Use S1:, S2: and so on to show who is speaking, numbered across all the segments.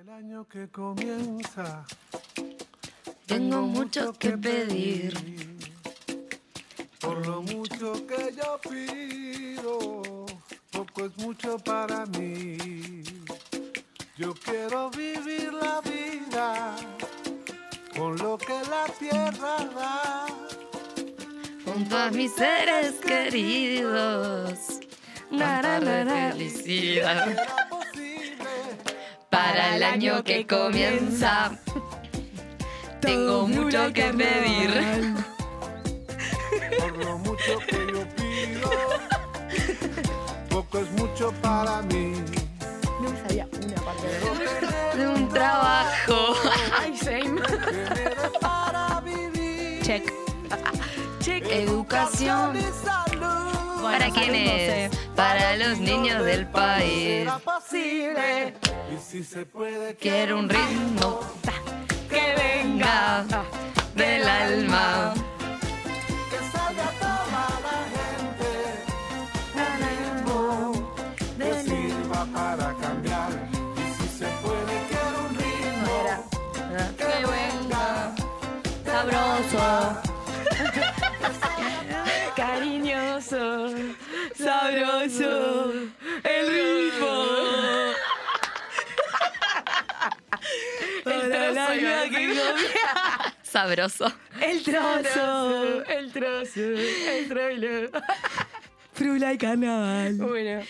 S1: El año que comienza.
S2: Tengo mucho que pedir.
S1: Por lo mucho que yo pido, poco es mucho para mí. Yo quiero vivir la vida con lo que la tierra da.
S2: junto a mis seres queridos. Nara, nara, felicidad
S1: Será posible
S2: para el año que comienza. Tengo mucho que pedir.
S1: por lo mucho que yo pido. Poco es mucho para mí.
S3: No me sabía una parte de
S1: Yo tener
S2: De un trabajo.
S3: Ay, same.
S1: que me dé para vivir.
S3: Check.
S2: Eh,
S3: Check.
S2: Educación.
S1: Mi salud.
S2: ¿Para
S3: Bueno,
S2: quiénes?
S3: salimos,
S2: Para los niños del país.
S1: Será posible. Y si se puede,
S2: Quiero un ritmo
S3: Que
S2: venga del alma.
S1: que salga toda la gente. Un ritmo que sirva para cambiar. Y si se puede, quiero un ritmo.
S3: Que venga. Sabroso. Cariñoso. Sabroso. El ritmo. El trozo, iba a decir.
S2: Sabroso.
S3: el trozo, el trozo, el troilo.
S2: Frula y carnaval.
S3: Bueno,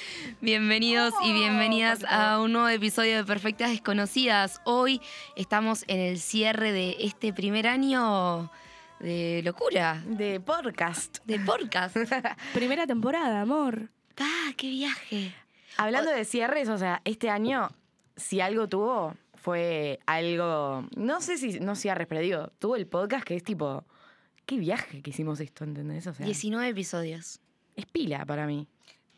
S2: Bienvenidos
S3: Oh,
S2: y bienvenidas a un nuevo episodio de Perfectas Desconocidas. Hoy estamos en el cierre de este primer año de locura,
S3: de podcast.
S2: de podcast.
S4: Primera temporada, amor.
S2: ¡Pa! ¡Qué viaje!
S3: Hablando de cierres, o sea, este año, si algo tuvo, fue algo. No sé si. No cierres, pero digo, tuvo el podcast que es tipo. Qué viaje que hicimos esto, ¿entendés? O sea,
S2: 19 episodios.
S3: es pila para mí.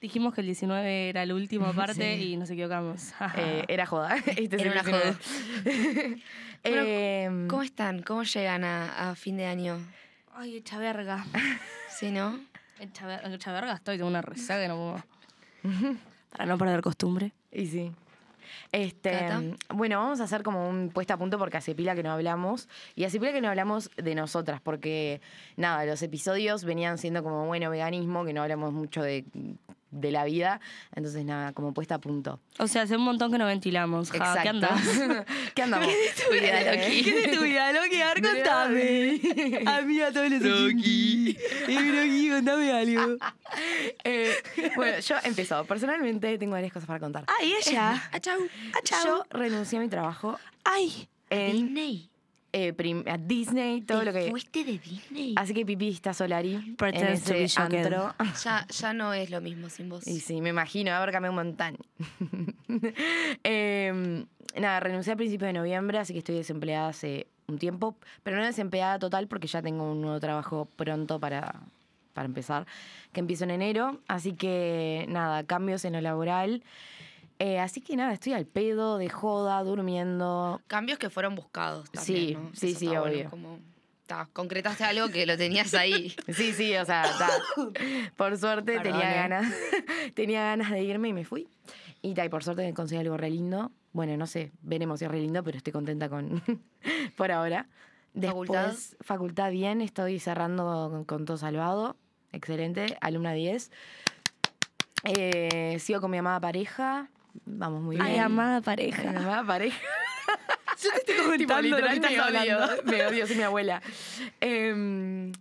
S4: Dijimos que el 19 era la última parte y nos equivocamos.
S3: Eh, era joda. Este es
S2: Era
S3: el
S2: una
S3: final.
S2: joda.
S3: Eh,
S2: ¿Cómo están? ¿Cómo llegan a, a fin de año?
S4: Ay, hecha verga.
S2: ¿Sí, no?
S4: Hecha, ver- hecha verga estoy, tengo una resaca, no puedo. Para no perder costumbre.
S3: Y sí. Este,
S2: Cata.
S3: bueno, vamos a hacer como un puesta a punto porque hace pila que no hablamos. Y hace pila que no hablamos de nosotras, porque nada, los episodios venían siendo como, bueno, veganismo, que no hablamos mucho de, de la vida. Entonces, nada, como puesta a punto.
S4: O sea, hace un montón que no ventilamos. ja, Ah, ¿Qué andas?
S3: ¿Qué andamos? Tu vida, eh.
S4: ¿Qué es tu vida, Loki? A ver, contame. Amiga, todos los Loki. Eh, Loki, contame algo.
S3: Eh, bueno, yo empiezo. Personalmente tengo varias cosas para contar.
S4: Ay, ella.
S2: ah,
S4: Achau.
S3: Yo renuncié a mi trabajo
S4: Ay.
S3: en
S2: Disney.
S3: eh, prim- a Disney, todo
S2: ¿Te
S3: lo que...
S2: ¿Fuiste de Disney? Ah,
S3: Así que pipí está Solari en
S4: Pretends to be
S3: ese
S4: shocked.
S3: antro.
S2: Ya, ya no es lo mismo sin vos.
S3: ah. Y sí, me imagino, haber cambiado un montón. Em, nada, renuncié a principios de noviembre, así que estoy desempleada hace un tiempo, pero no desempleada total porque ya tengo un nuevo trabajo pronto para, para empezar, que empiezo en enero, así que nada, cambios en lo laboral. Eh, así que nada, estoy al pedo, de joda, durmiendo.
S2: Cambios que fueron buscados también,
S3: Sí,
S2: ¿no?
S3: sí,
S2: Eso
S3: sí,
S2: está
S3: obvio.
S2: como, ta, concretaste algo que lo tenías ahí.
S3: Sí, sí, o sea, ta. por suerte
S2: Perdón,
S3: tenía
S2: eh.
S3: ganas, tenía ganas de irme y me fui. Y, ta, y por suerte conseguí algo re lindo. Bueno, no sé, veremos si es re lindo, pero estoy contenta con por ahora.
S2: ¿Facultad?
S3: Después, facultad bien, estoy cerrando con, con todo salvado. Excelente, alumna 10. Eh, sigo con mi amada pareja. Vamos muy bien.
S4: Ay, amada
S3: Mi
S4: pareja.
S3: amada pareja.
S4: Yo te estoy
S3: Tipo,
S4: comentando lo que
S3: literal,
S4: estás
S3: me odio,
S4: hablando.
S3: me odio, soy mi abuela. Em,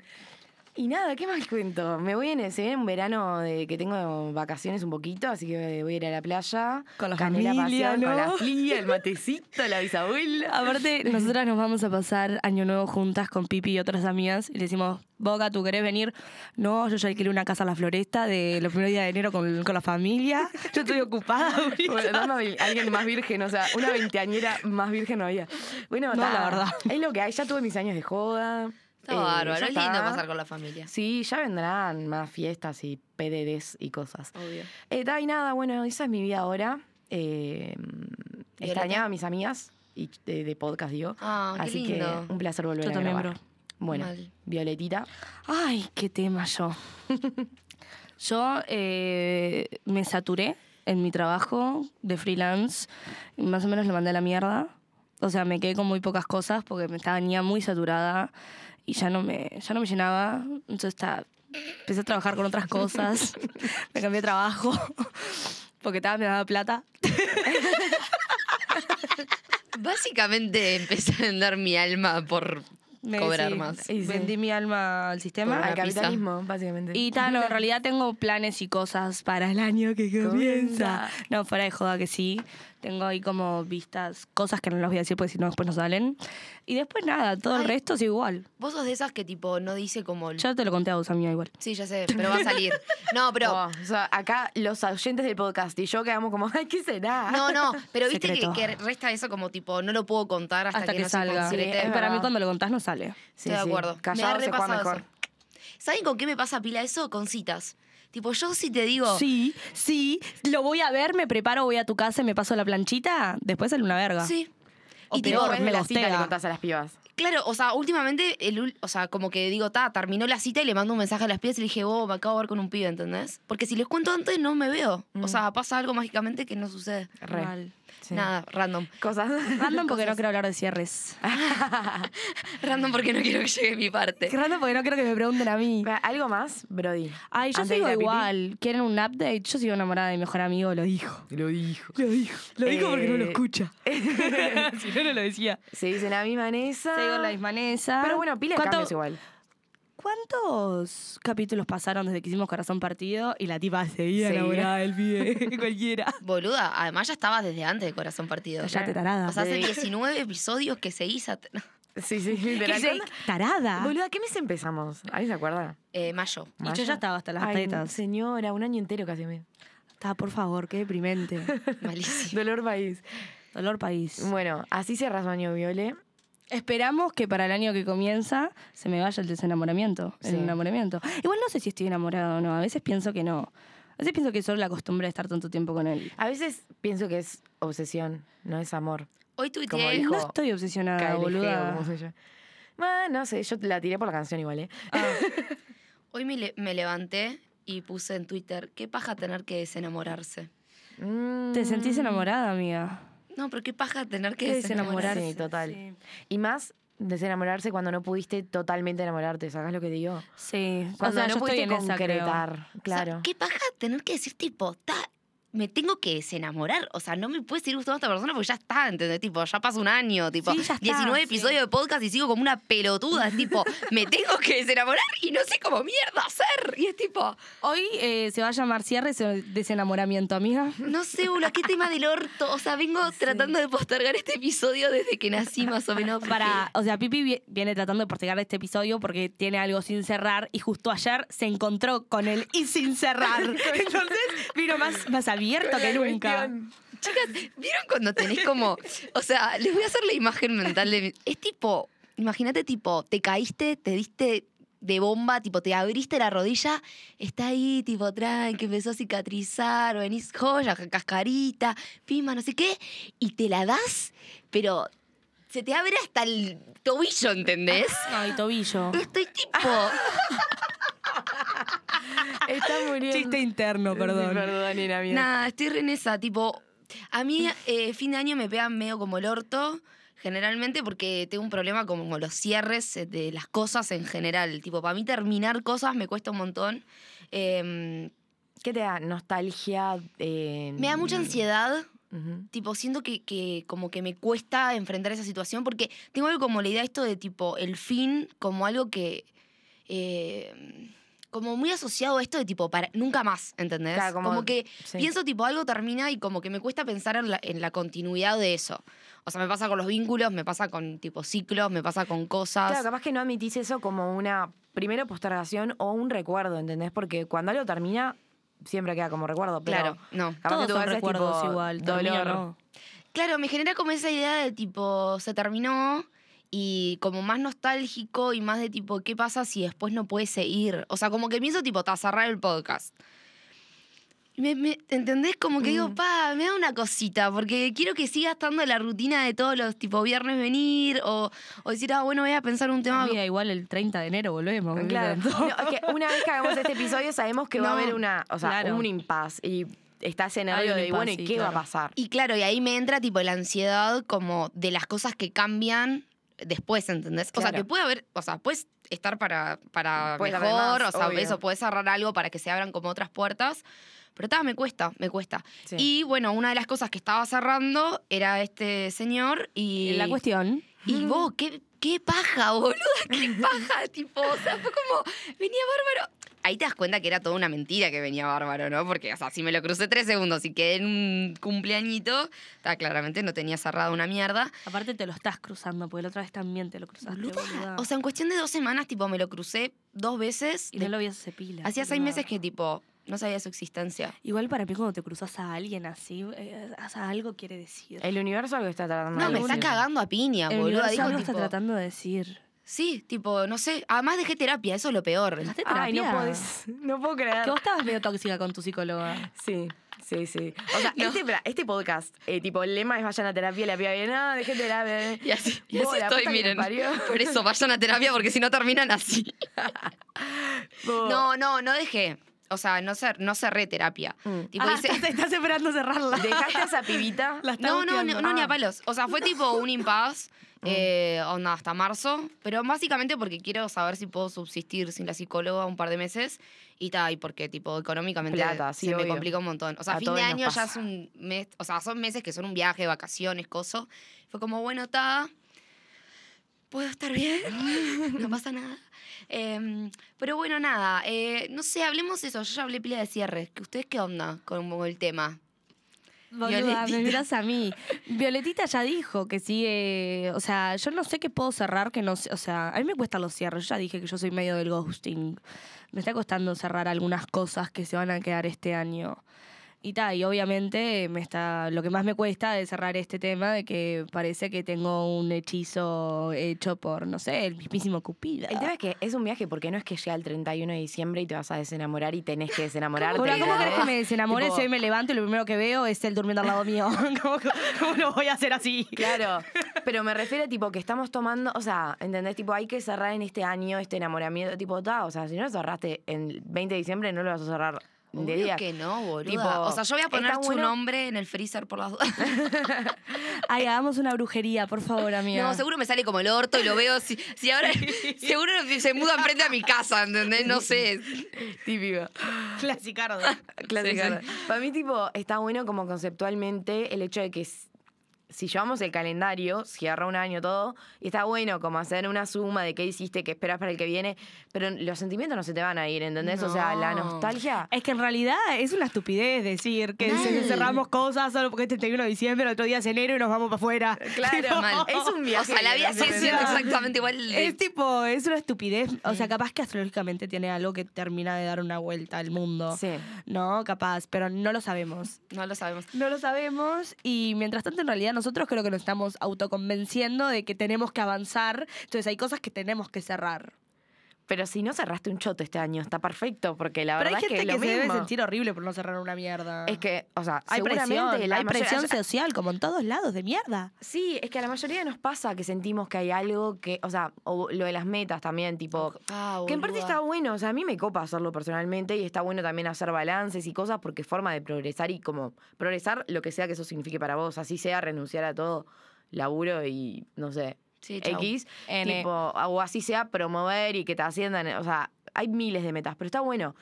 S3: y nada, ¿qué más cuento? Me voy en, se viene un verano de que tengo vacaciones un poquito, así que voy a ir a la playa.
S4: Con la
S3: Canela
S4: familia,
S3: pasión, Con la
S4: ¿no?
S3: flia, el matecito, la bisabuela.
S4: Aparte, nosotras nos vamos a pasar Año Nuevo juntas con Pipi y otras amigas y le decimos, Boca, ¿tú querés venir? No, yo ya alquilé una casa a la floresta de los primeros días de enero con, con la familia. Yo estoy ocupada. ahorita".
S3: Bueno, dame a vi- alguien más virgen, o sea, una veinteañera más virgen no había. Bueno,
S4: No,
S3: ta,
S4: la verdad.
S3: Es lo que hay, ya tuve mis años de joda.
S2: Está
S3: eh,
S2: bárbaro,
S3: ya
S2: es lindo
S3: está.
S2: pasar con la familia.
S3: Sí, ya vendrán más fiestas y PDDs y cosas.
S2: Obvio.
S3: Eh, ta, y nada, bueno, esa es mi vida ahora. Eh, extrañaba a mis amigas y de, de podcast, digo.
S2: Ah, qué
S3: Así
S2: lindo.
S3: que un placer volver
S4: Yo
S3: a
S4: también,
S3: grabar.
S4: bro.
S3: Bueno,
S2: Mal.
S3: Violetita.
S4: Ay, qué tema yo. Yo eh, me saturé en mi trabajo de freelance, más o menos lo mandé a la mierda. O sea, me quedé con muy pocas cosas porque me estaba ya muy saturada y ya no me, ya no me llenaba. Entonces estaba- empecé a trabajar con otras cosas. me cambié de trabajo porque estaba, me daba plata.
S2: Básicamente empecé a vender mi alma por
S4: Me- eh,
S2: cobrar
S4: sí,
S2: más.
S3: Y sí.
S4: Vendí mi alma al sistema.
S2: Por
S3: Al
S2: una pizza.
S3: capitalismo, básicamente.
S4: Y tal, no, en realidad tengo planes y cosas para el año que comienza.
S3: Comienza.
S4: No, fuera de joda que sí. Tengo ahí como vistas, cosas que no las voy a decir porque si no después no salen. Y después nada, todo el
S2: Ay.
S4: resto es igual.
S2: Vos sos de esas que tipo no dice como... el-
S4: Ya te lo conté a vos, amiga, igual.
S2: Sí, ya sé, pero va a salir. No, pero...
S3: Wow, o sea, acá los oyentes del podcast y yo quedamos como, ay, ¿qué será?
S2: No, no, pero viste que,
S4: Secreto.
S2: que resta eso como tipo, no lo puedo contar hasta,
S4: Hasta, que,
S2: no se
S4: salga. Eh,
S2: concrete.
S3: Sí, es
S4: para
S3: verdad.
S4: mí cuando lo contás no sale.
S3: Sí,
S2: Estoy de
S3: sí,
S2: acuerdo. Me ha
S3: Callado se juega
S2: repasado
S3: mejor.
S2: eso. ¿Saben con qué me pasa pila eso? Con citas. Tipo, yo si te digo,
S4: Sí, sí. Lo voy a ver, me preparo, voy a tu casa y me paso la planchita. Después sale una verga.
S2: Sí.
S4: O
S2: y tipo,
S4: peor,
S3: Después de
S4: me
S3: la cita
S4: gostea.
S3: le contás a las pibas.
S2: claro, o sea, últimamente, el, ul- o sea, como que digo, ta, terminó la cita y le mando un mensaje a las pibas y le dije, vos, me acabo de ver con un pibe, ¿entendés? Porque si les cuento antes, no me veo. O sea, pasa algo mágicamente que no sucede.
S3: Re.
S4: Mal.
S3: Sí.
S2: Nada, random.
S3: Cosas.
S4: Random porque no quiero hablar de cierres.
S2: Random porque no quiero que llegue mi parte.
S4: Random porque no quiero que me pregunten a mí.
S3: ¿Algo más, Brody?
S4: Ay, yo
S3: Antes de ir
S4: sigo
S3: a pipí.
S4: igual. ¿Quieren un update? Yo sigo enamorada de mi mejor amigo, lo dijo.
S3: Lo dijo.
S4: Lo dijo. Lo dijo porque no lo
S3: Eh.
S4: escucha. si no, no lo decía.
S3: Se dice la misma Nessa.
S4: Sigo la mismanesa.
S3: Pero bueno, pila de
S4: ¿Cuánto-
S3: cambios igual.
S4: ¿Cuántos capítulos pasaron desde que hicimos Corazón Partido y la tipa seguía
S3: Seguía.
S4: enamorada del pibe? Cualquiera.
S2: Boluda, además ya estabas desde antes de Corazón Partido.
S4: Ya te tarada.
S2: O sea, hace
S3: Sí.
S2: 19 episodios que seguís a...
S3: Sí, sí,
S4: ¿Qué
S3: literal.
S4: sé? Ah. Tarada.
S3: Boluda, ¿qué mes empezamos? ¿Ahí se acuerda?
S2: Eh, mayo.
S4: Y yo ya estaba hasta las
S3: Ay,
S4: tetas.
S3: Señora, un año entero casi me.
S4: Está, por favor, qué deprimente.
S2: Malísimo.
S3: Dolor país.
S4: Dolor país.
S3: Bueno, así cerras su año, Viole.
S4: Esperamos que para el año que comienza se me vaya el desenamoramiento, el
S3: Sí.
S4: enamoramiento. Igual no sé si estoy enamorada o no, a veces pienso que no. A veces pienso que es solo la costumbre de estar tanto tiempo con él.
S3: A veces pienso que es obsesión, no es amor.
S2: Hoy
S3: Como
S2: tuiteé...
S3: dijo-
S4: No estoy obsesionada,
S3: KLG o
S4: boluda.
S3: como se llama. Ah, no sé, yo la tiré por la canción igual, ¿eh?
S2: Hoy me, le- me levanté y puse en Twitter, qué paja tener que desenamorarse.
S3: Mm.
S4: ¿Te sentís enamorada, amiga?
S2: No, pero qué paja tener que
S4: ¿Qué
S2: desenamorarse.
S4: desenamorarse?
S3: Sí, total.
S4: Sí.
S3: Y más desenamorarse cuando no pudiste totalmente enamorarte, ¿sacás lo que digo?
S4: Sí.
S3: Cuando
S4: o sea,
S3: no
S4: yo estoy
S3: pudiste
S4: en esa, creo.
S3: concretar,
S2: O sea,
S3: claro.
S2: qué paja tener que decir tipo, ta, me tengo que desenamorar. O sea, no me puede seguir gustando esta persona porque ya está, ¿entendés? Tipo, ya pasa un año, tipo,
S4: Sí, ya está,
S2: 19
S4: sí.
S2: episodios de podcast y sigo como una pelotuda. Es tipo, me tengo que desenamorar y no sé cómo mierda hacer. Y es tipo,
S4: Hoy eh, se va a llamar cierre ese desenamoramiento, amiga.
S2: no sé, boludo, qué tema del orto. O sea, vengo tratando de postergar este episodio desde que nací más o menos. porque-
S4: Para, o sea, Pipi vi- viene tratando de postergar este episodio porque tiene algo sin cerrar y justo ayer se encontró con el y sin cerrar. Entonces vino más, más abierto que nunca.
S2: Chicas, ¿vieron cuando tenés como.? O sea, les voy a hacer la imagen mental de. mi- Es tipo. Imagínate, tipo, te caíste, te diste de bomba, tipo, te abriste la rodilla, está ahí, tipo, tranqui, empezó a cicatrizar, venís joya, ca- cascarita, pima, no sé qué, y te la das, pero se te abre hasta el tobillo, ¿entendés?
S4: No, y tobillo.
S2: Estoy tipo.
S3: Está muriendo.
S4: Chiste interno,
S3: Sí,
S4: perdón.
S3: perdón, era mía.
S2: Nada, estoy re en esa, tipo, a mí eh, fin de año me pegan medio como el orto, generalmente porque tengo un problema como los cierres eh, de las cosas en general, tipo, para mí terminar cosas me cuesta un montón, Eh,
S3: ¿Qué te da? Nostalgia. eh,
S2: me da mucha ansiedad.
S3: Ujú.
S2: Tipo, siento que, que como que me cuesta enfrentar esa situación porque tengo algo como la idea esto de tipo el fin como algo que... eh, como muy asociado a esto de tipo para nunca más, ¿entendés?
S3: Claro,
S2: como,
S3: como-
S2: que
S3: sí.
S2: pienso tipo algo termina y como que me cuesta pensar en la, en la continuidad de eso. O sea, me pasa con los vínculos, me pasa con tipo ciclos, me pasa con cosas.
S3: Claro, capaz que no admitís eso como una, primero, postergación o un recuerdo, ¿entendés? Porque cuando algo termina, siempre queda como recuerdo. Pero
S2: Claro, no.
S3: capaz que
S4: Todos
S3: tu
S4: son
S3: cabeza es
S4: recuerdos
S3: tipo
S4: igual.
S3: Dolor.
S4: Dolor. No.
S2: Claro, me genera como esa idea de tipo, se terminó y como más nostálgico y más de tipo, ¿qué pasa si después no puedes seguir? O sea, como que pienso tipo, ta, cerrar el podcast. Y Me, me- ¿Entendés? Como que digo, pa, me da una cosita, porque quiero que siga estando la rutina de todos los tipo viernes venir o, o decir, ah, bueno, voy a pensar un tema.
S4: Mira, igual el 30 de enero volvemos. ¿qué
S3: Claro.
S4: tanto?
S3: No, es que una vez que hagamos este episodio sabemos que va a
S2: No,
S3: haber una, o sea,
S4: claro.
S3: un impas. Y estás en el
S4: Hay
S3: rollo
S4: un
S3: de, bueno, ¿y
S4: impasse,
S3: qué
S4: claro.
S3: va a pasar?
S2: Y claro, y ahí me entra tipo la ansiedad como de las cosas que cambian después, ¿entendés? O sea,
S3: Claro.
S2: que puede haber, o sea, puedes estar para, para
S3: Puede haber
S2: mejor,
S3: más,
S2: o sea,
S3: obvio.
S2: eso, puedes cerrar algo para que se abran como otras puertas. Pero ta, me cuesta, me cuesta.
S3: Sí.
S2: Y bueno, una de las cosas que estaba cerrando era este señor y...
S4: La cuestión.
S2: Y vos, qué, qué paja, boluda, qué paja, tipo, o sea, fue como, venía bárbaro. Ahí te das cuenta que era toda una mentira que venía bárbaro, ¿no? Porque, o sea, si me lo crucé tres segundos y quedé en un cumpleañito, está, claramente no tenía cerrada una mierda.
S4: Aparte te lo estás cruzando, porque la otra vez también te lo cruzaste, boluda.
S2: O sea, en cuestión de dos semanas, tipo, me lo crucé dos veces.
S4: y
S2: de-
S4: no lo habías cepilado.
S2: Hacía seis meses que, tipo, no sabía su existencia.
S4: Igual para mí cuando te cruzas a alguien así, eh, o sea, algo quiere decir.
S3: El universo algo está tratando
S2: No,
S3: de
S2: me
S3: decir.
S2: está cagando a piña,
S4: El
S2: boluda.
S4: universo
S2: Digo,
S4: algo
S2: tipo,
S4: está tratando de decir.
S2: sí, tipo, no sé. Además dejé terapia, eso es lo peor.
S4: ¿Dejaste
S3: Ay, no
S4: terapia?
S3: podés, no puedo
S4: Que
S3: creer.
S4: vos estabas medio tóxica con tu psicóloga.
S3: Sí, sí, sí. O sea,
S2: No.
S3: este, pra- este podcast, eh, tipo, el lema es vayan a terapia, la piba bien, no, dejé terapia.
S2: Y así, y así
S3: Vos, la
S2: estoy,
S3: puta que te
S2: miren.
S3: parió.
S2: Por eso vayan a terapia porque si no terminan así.
S3: Vos.
S2: No, no, no dejé. O sea, no, cer- no cerré terapia.
S3: Mm.
S2: Tipo,
S4: Ah,
S2: hice-
S4: estás, estás esperando cerrarla.
S3: ¿Dejaste a esa pibita?
S4: La estás
S2: No, no, no,
S4: busteando.
S2: no, ni
S3: Ah.
S2: a palos. O sea, fue tipo un impasse,
S3: Mm.
S2: eh, onda, hasta marzo. Pero básicamente porque quiero saber si puedo subsistir sin la psicóloga un par de meses. Y tal, y porque, tipo, económicamente
S3: Plata, sí,
S2: se me
S3: obvio.
S2: complica un montón. O sea,
S3: A
S2: fin
S3: todos
S2: de
S3: nos
S2: año ya
S3: pasa.
S2: es un mes, o sea, son meses que son un viaje, vacaciones, coso. Fue como, bueno, está, puedo estar bien, no pasa nada. Em, pero bueno, nada, eh, no sé, hablemos eso. Yo ya hablé pila de cierre. ¿Ustedes qué onda con el tema?
S4: Boluda,
S2: Violetita.
S4: me mirás a mí. Violetita ya dijo que sigue. O sea, yo no sé qué puedo cerrar que no sé. O sea, a mí me cuestan los cierres. Yo ya dije que yo soy medio del ghosting. Me está costando cerrar algunas cosas que se van a quedar este año. Y tal, y obviamente me está. Lo que más me cuesta de cerrar este tema de que parece que tengo un hechizo hecho por, no sé, el mismísimo Cupido.
S3: El tema es que es un viaje porque no es que llega el 31 de diciembre y te vas a desenamorar y tenés que desenamorarte.
S4: Boluda,
S3: y
S4: ¿Cómo
S3: nada
S4: crees que
S3: más.
S4: me desenamore
S3: Tipo,
S4: si hoy me levanto y lo primero que veo es él durmiendo al lado mío? ¿Cómo, cómo lo voy a hacer así?
S3: Claro, pero me refiero a tipo que estamos tomando, o sea, ¿entendés? Tipo, hay que cerrar en este año este enamoramiento, tipo, ta, o sea, si no lo cerraste en 20 de diciembre, no lo vas a cerrar de
S2: Obvio
S3: día.
S2: que no, boluda.
S3: Tipo,
S2: o sea, yo voy a poner
S3: está
S2: su
S3: bueno-
S2: nombre en el freezer por las dudas.
S4: Ay, hagamos una brujería, por favor, amiga.
S2: No, seguro me sale como el orto y lo veo. Si, si ahora seguro se muda frente a mi casa, ¿entendés? No sé.
S3: Típico.
S4: Clasicardo.
S3: Clasificado. Para mí, tipo, está bueno como conceptualmente el hecho de que s- si llevamos el calendario, cierra un año todo, y está bueno como hacer una suma de qué hiciste, qué esperas para el que viene, pero los sentimientos no se te van a ir, ¿entendés? O sea, la
S2: No.
S3: nostalgia.
S4: Es que en realidad es una estupidez decir que
S2: Mal.
S4: se- cerramos cosas solo porque es 31 de diciembre, el otro día es enero y nos vamos para afuera.
S3: Claro,
S2: Mal.
S3: es un viaje.
S2: O sea, la vida sigue siendo
S4: ¿verdad?
S2: exactamente igual. de-
S4: Es tipo, es una estupidez. O sea, capaz que astrológicamente tiene algo que termina de dar una vuelta al mundo.
S3: Sí.
S4: No, capaz, pero no lo sabemos.
S2: No lo sabemos.
S4: No lo sabemos y mientras tanto en realidad nosotros creo que nos estamos autoconvenciendo de que tenemos que avanzar, entonces hay cosas que tenemos que cerrar.
S3: Pero si no cerraste un choto este año, está perfecto, porque la
S4: Pero hay
S3: verdad
S4: gente
S3: es
S4: que,
S3: que, lo
S4: se
S3: mismo.
S4: debe sentir horrible por no cerrar una mierda.
S3: Es que, o sea,
S4: hay
S3: seguramente
S4: presión,
S3: la
S4: hay
S3: mayoría-
S4: presión social como en todos lados de mierda.
S3: Sí, es que a la mayoría nos pasa que sentimos que hay algo que, o sea, o lo de las metas también, tipo,
S2: Ah,
S3: Que en parte
S2: boluda.
S3: está bueno, o sea, a mí me copa hacerlo personalmente y está bueno también hacer balances y cosas porque es forma de progresar y como progresar lo que sea que eso signifique para vos, así sea renunciar a todo laburo y no sé,
S2: Sí, chau.
S3: X,
S4: N.
S3: tipo, o así sea promover y que te asciendan, o sea, hay miles de metas, pero está bueno.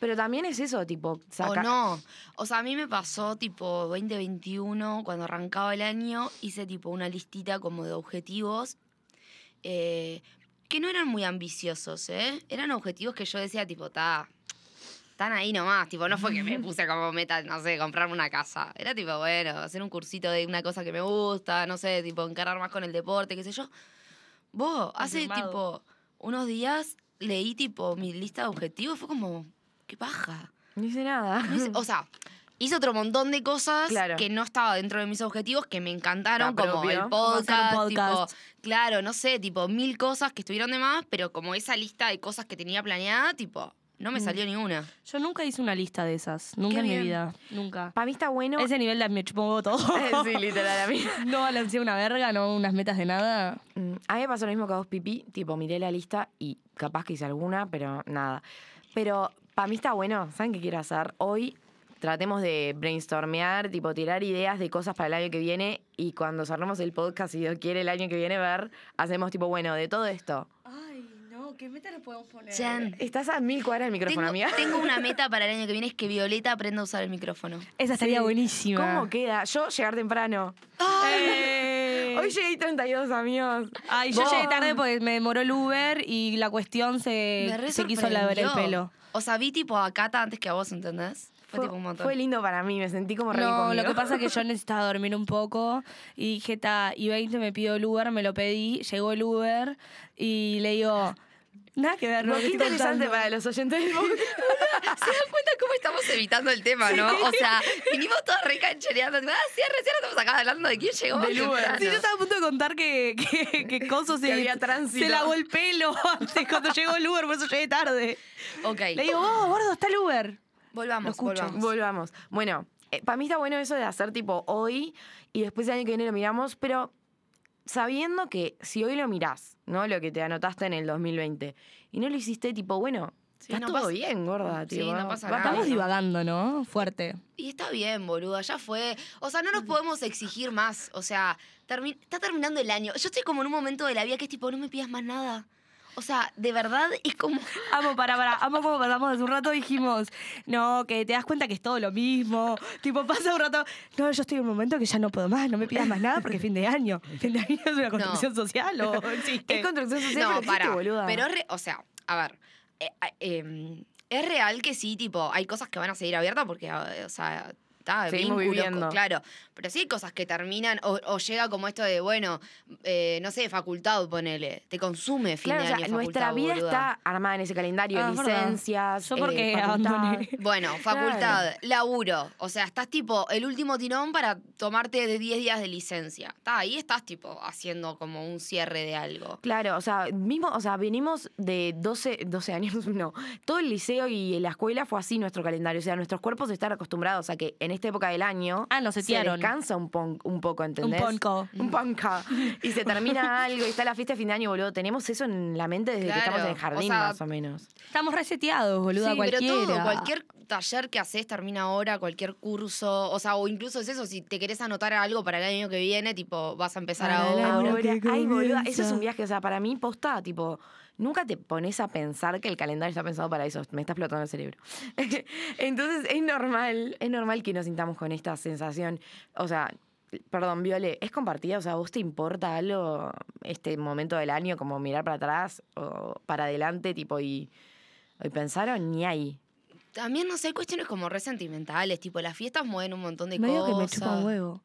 S3: Pero también es eso, tipo,
S2: O
S3: saca-
S2: no. O sea, a mí me pasó tipo 2021, cuando arrancaba el año, hice tipo una listita como de objetivos eh, que no eran muy ambiciosos, ¿eh? Eran objetivos que yo decía tipo, ta, están ahí nomás. Tipo, no fue que me puse como meta, no sé, comprarme una casa. Era tipo, bueno, hacer un cursito de una cosa que me gusta, no sé, tipo, encarar más con el deporte, qué sé yo. Vos, hace
S4: Confirmado.
S2: tipo unos días leí tipo mi lista de objetivos, fue como, qué paja.
S3: No hice nada.
S2: No
S4: Mm.
S2: hice- o sea, hice otro montón de cosas
S3: Claro.
S2: que no estaba dentro de mis objetivos que me encantaron,
S4: Ah,
S3: Está
S2: como
S3: propio.
S2: el
S4: Como hacer un
S2: podcast,
S4: podcast.
S2: tipo, claro, no sé, tipo mil cosas que estuvieron de más, pero como esa lista de cosas que tenía planeada, tipo, no
S4: Mm.
S2: me salió ninguna.
S4: Yo nunca hice una lista de esas, nunca
S2: Qué
S4: en mi
S2: bien.
S4: vida, nunca.
S3: Para mí está bueno.
S4: Ese nivel de me chupongo todo.
S3: Eh, sí, literal, a mí.
S4: no balanceo una verga, no unas metas de nada.
S3: Mm, A mí me pasó lo mismo que a vos, Pipi. Tipo, miré la lista y capaz que hice alguna, pero nada. Pero para mí está bueno. ¿Saben qué quiero hacer? Hoy tratemos de brainstormear, tipo tirar ideas de cosas para el año que viene y cuando cerremos el podcast, si Dios quiere, el año que viene ver, hacemos tipo, bueno, de todo esto.
S4: Ay, no, ¿qué meta nos podemos poner?
S2: Chan.
S3: Estás a mil cuadras del micrófono,
S2: Tengo,
S3: amiga.
S2: tengo una meta para el año que viene, es que Violeta aprenda a usar el micrófono.
S4: Esa estaría
S3: Sí.
S4: buenísima.
S3: ¿Cómo queda? Yo llegar temprano.
S4: Eh,
S3: Hoy llegué 32, amigos.
S4: Ay, yo
S3: Vos.
S4: llegué tarde porque me demoró el Uber y la cuestión
S2: Me
S4: se,
S2: re
S4: Eh, se quiso lavar el
S2: sorprendió.
S4: pelo.
S2: O sea, vi tipo a Cata antes que a vos, ¿entendés? Fue,
S3: Fue,
S2: tipo un montón.
S3: fue lindo para mí, me sentí como re bien
S4: No, lo
S3: conmigo.
S4: que pasa es que yo necesitaba dormir un poco y dije, "Ta, y 20 me pido el Uber, me lo pedí, llegó el Uber y le digo, nada que ver, no,
S3: Bueno,
S4: que
S3: Qué
S4: estoy
S3: interesante
S4: contando".
S3: para los oyentes del podcast.
S2: ¿Se dan cuenta cómo estamos evitando el tema, no? O sea, vinimos todos recanchereando. Ah, cierre, cierre, estamos acá hablando de quién llegó más
S3: Del Uber.
S2: temprano.
S4: Sí, yo estaba a punto de contar que, que, que Coso se,
S3: Que había tránsito.
S4: se lavó el pelo antes cuando llegó el Uber, por eso llegué tarde.
S2: Ok,
S4: Le digo, vos, gordo, está el Uber.
S2: volvamos,
S4: lo escucho.
S2: volvamos.
S3: Volvamos. Bueno, para mí está bueno eso de hacer tipo hoy y después el año que viene lo miramos, pero sabiendo que si hoy lo mirás, ¿no? Lo que te anotaste en el 2020 y no lo hiciste, tipo, bueno,
S2: Sí,
S3: está
S2: no
S3: todo
S2: pasa-
S3: bien, gorda,
S2: Sí,
S3: tipo,
S2: no pasa
S3: va-
S2: nada.
S4: Estamos
S3: vamos diva-
S4: divagando, ¿no? Fuerte.
S2: Y está bien, boluda, ya fue. O sea, no nos podemos exigir más. O sea, termi- está terminando el año. Yo estoy como en un momento de la vida que es tipo, no me pidas más nada. O sea, de verdad es como.
S4: Amo, para, para, amo como pasamos hace un rato dijimos, no, que te das cuenta que es todo lo mismo, tipo pasa un rato, no, yo estoy en un momento que ya no puedo más, no me pidas más nada porque es fin de año, fin de año es una construcción social o existe.
S3: Es construcción social,
S2: Eh, No,
S3: pero existe,
S2: para.
S3: boluda.
S2: Pero, es re- o sea, a ver. eh, eh, es real que sí, tipo, hay cosas que van a seguir abiertas porque, eh, o sea, está
S3: Seguimos
S2: vínculo,
S3: viviendo.
S2: co- claro. Pero sí hay cosas que terminan o, o llega como esto de, bueno, eh, no sé, facultad, ponele. Te consume fin
S3: Claro,
S2: de
S3: o sea,
S2: año.
S3: nuestra
S2: facultad,
S3: vida
S2: boluda.
S3: está armada en ese calendario,
S4: Ah, es verdad.
S3: licencias,
S4: Yo porque
S3: eh, facultad.
S4: abandoné.
S2: Bueno,
S3: Claro.
S2: facultad, laburo. O sea, estás tipo el último tirón para tomarte de 10 días de licencia. Está, ahí estás tipo haciendo como un cierre de algo.
S3: Claro, o sea, mismo, o sea, venimos de 12, 12 años, no. Todo el liceo y la escuela fue así nuestro calendario. O sea, nuestros cuerpos están acostumbrados a que en esta época del año
S4: Ah, nos
S3: se
S4: setearon.
S3: descansa un, pon- un poco, ¿entendés?
S4: ponco.
S3: Un ponco. Y se termina algo y está la fiesta de fin de año, boludo. Tenemos eso en la mente desde que
S2: Claro,
S3: estamos en el
S2: o
S3: jardín,
S2: sea,
S3: más o menos.
S4: Estamos reseteados, boluda,
S2: sí,
S4: cualquiera.
S2: pero todo, cualquier taller que haces termina ahora, cualquier curso, o sea, o incluso es eso, si te querés anotar algo para el año que viene, tipo, vas a empezar
S4: Para el
S2: ahora.
S4: año.
S3: Ahora,
S4: que
S3: ay, boluda,
S4: comienza.
S3: eso es un viaje. O sea, para mí, posta, tipo, nunca te pones a pensar que el calendario está pensado para eso. Me está explotando el cerebro. Entonces, es normal, es normal que nos sintamos con esta sensación. O sea, perdón, Viole, ¿es compartida? O sea, ¿vos te importa algo este momento del año, como mirar para atrás o para adelante, tipo, y, y pensaron ni ahí?
S2: También, no sé, hay cuestiones como resentimentales, tipo, las fiestas mueven un montón de
S4: Medio que me
S2: cosas.
S4: chupa un huevo.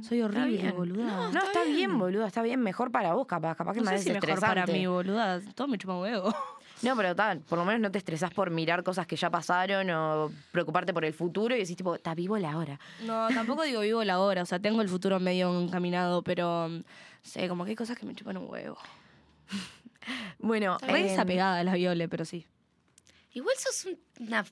S4: Soy
S3: Está
S4: horrible,
S3: bien.
S4: boluda.
S3: No, está, bien. boluda, está bien. Mejor para vos, capaz. Capaz que
S4: No
S3: más
S4: sé si mejor para
S3: desestresante.
S4: mí, boluda. Todo me chupa un huevo.
S3: No, pero tal, por lo menos no te estresás por mirar cosas que ya pasaron o preocuparte por el futuro y decís tipo, está vivo la hora.
S4: No, tampoco digo vivo la hora, o sea, tengo el futuro medio encaminado, pero mm, sé, como que hay cosas que me chupan un huevo.
S3: Bueno,
S4: Re
S3: eh,
S4: desapegada de las viole, pero sí.
S2: Igual sos un- una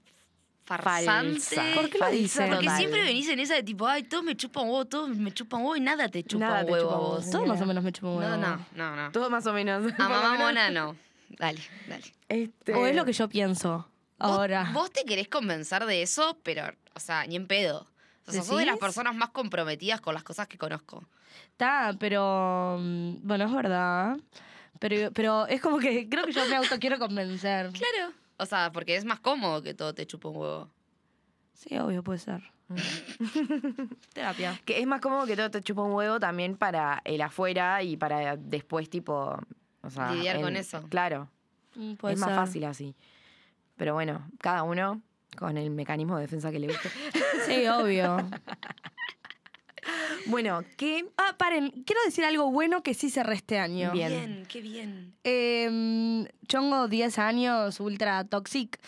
S2: farsante.
S3: falsa.
S4: ¿Por qué lo
S3: Falsa
S4: dicen?
S2: Porque
S3: total.
S2: siempre venís en esa de tipo, ay, todos me chupan huevo, todos me chupan huevo y nada te chupa
S3: Nada
S2: un
S3: te
S2: huevo.
S3: chupa
S2: a
S3: huevo,
S2: vos.
S4: Todo
S3: Mira.
S4: más o menos me chupa un huevo.
S2: No, no, no, no.
S3: Todo más o menos.
S2: A
S3: por lo
S2: mamá
S3: menos.
S2: mona no. Dale, dale.
S3: Este,
S4: O es lo que yo pienso
S2: Vos-
S4: ahora.
S2: Vos, te querés convencer de eso, pero, o sea, ni en pedo. O sea, sos de las
S4: ¿Decís?
S2: personas más comprometidas con las cosas que conozco.
S4: Está, pero. mm, Bueno, es verdad. Pero, pero es como que creo que yo me auto quiero convencer.
S2: Claro. O sea, porque es más cómodo que todo te chupa un huevo.
S4: Sí, obvio, puede ser. Terapia.
S3: Que es más cómodo que todo te chupa un huevo también para el afuera y para después tipo... O sea,
S2: Lidiar con eso.
S3: Claro,
S4: Mm, Puede
S3: es
S4: ser.
S3: más fácil así. Pero bueno, cada uno con el mecanismo de defensa que le guste.
S4: Sí, obvio.
S3: bueno, ¿qué?
S4: Ah, paren, quiero decir algo bueno que sí cerré este año.
S3: Bien.
S2: qué bien.
S4: Eh, chongo 10 años, ultra toxic.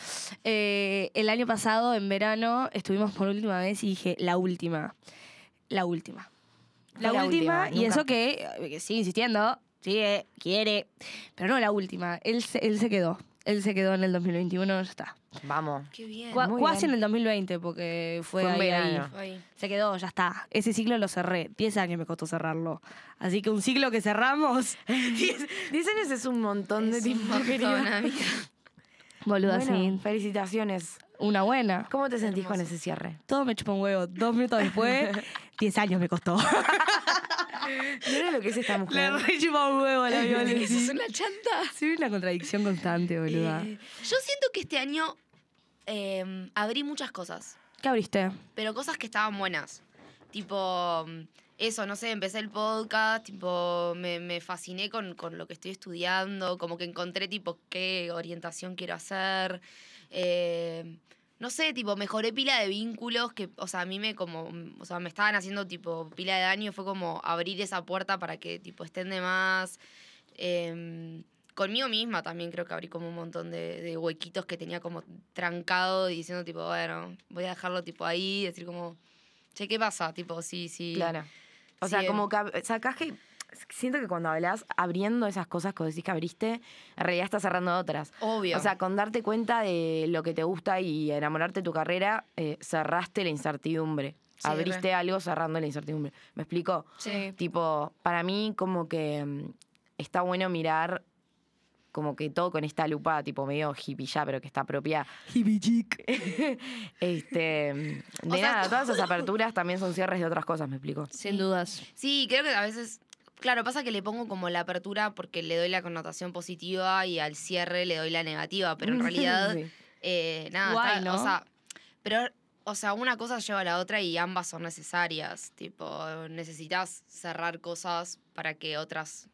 S4: Eh, el año pasado, en verano, estuvimos por última vez y dije, la última. La última. La,
S3: Fue la
S4: última,
S3: última,
S4: y
S3: nunca-
S4: eso que, eh, que sigue insistiendo, sigue, quiere, pero no la última. Él se, él se quedó. Él se quedó en el 2021, ya está.
S3: Vamos.
S2: Qué bien.
S4: Cua-
S3: muy
S4: Casi
S3: bien.
S4: en el 2020, porque
S3: Fue
S4: fue,
S3: en
S4: ahí, ahí.
S3: verano.
S2: Ay.
S4: Se quedó, ya está. Ese ciclo lo cerré. 10 años me costó cerrarlo. Así que un ciclo que cerramos.
S3: Dicen ese es un montón de
S2: Es un
S3: tiempo,
S2: montón,
S3: querida.
S2: amiga.
S4: Boluda,
S3: Bueno,
S4: sí.
S3: felicitaciones.
S4: una buena.
S3: ¿Cómo te sentís con ese cierre?
S4: Todo me chupó un huevo. Dos minutos después, 10 años me costó.
S3: Mira lo que es esta
S4: Le
S3: mujer.
S4: re chupó un huevo a la violencia.
S2: Eso es una chanta.
S4: Sí, una contradicción constante, boluda.
S2: Eh, yo siento que este año eh, abrí muchas cosas,
S4: ¿Qué abriste?
S2: pero cosas que estaban buenas. Tipo, mm, eso, no sé, empecé el podcast, tipo, me, me fasciné con, con lo que estoy estudiando, como que encontré, tipo, qué orientación quiero hacer. Eh, no sé, tipo, mejoré pila de vínculos que, o sea, a mí me como, o sea, me estaban haciendo, tipo, pila de daño, fue como abrir esa puerta para que, tipo, estén de más. Em, conmigo misma también creo que abrí como un montón de, de huequitos que tenía como trancado y diciendo tipo, bueno, voy a dejarlo tipo ahí, decir como, che, ¿qué pasa? Tipo, sí, sí.
S3: Claro. O sea,
S2: Sí,
S3: como que ab- sacás que. Siento que cuando hablas abriendo esas cosas que vos decís que abriste, en realidad estás cerrando otras.
S2: Obvio.
S3: O sea, con darte cuenta de lo que te gusta y enamorarte de tu carrera, eh, cerraste la incertidumbre.
S2: Sí,
S3: abriste
S2: re.
S3: algo cerrando la incertidumbre. ¿Me explico?
S2: Sí.
S3: Tipo, para mí como que mm, está bueno mirar como que todo con esta lupa, tipo medio hippie ya, pero que está propia. este, de
S2: O sea,
S3: nada,
S2: todo-
S3: todas esas aperturas también son cierres de otras cosas, me explico.
S4: Sin dudas.
S2: Sí, creo que a veces, claro, pasa que le pongo como la apertura porque le doy la connotación positiva y al cierre le doy la negativa, pero en realidad,
S3: Mm, Sí.
S2: eh, nada,
S4: Guay,
S2: está-
S4: ¿no?
S2: o sea, pero, o sea, una cosa lleva a la otra y ambas son necesarias, tipo, necesitas cerrar cosas para que otras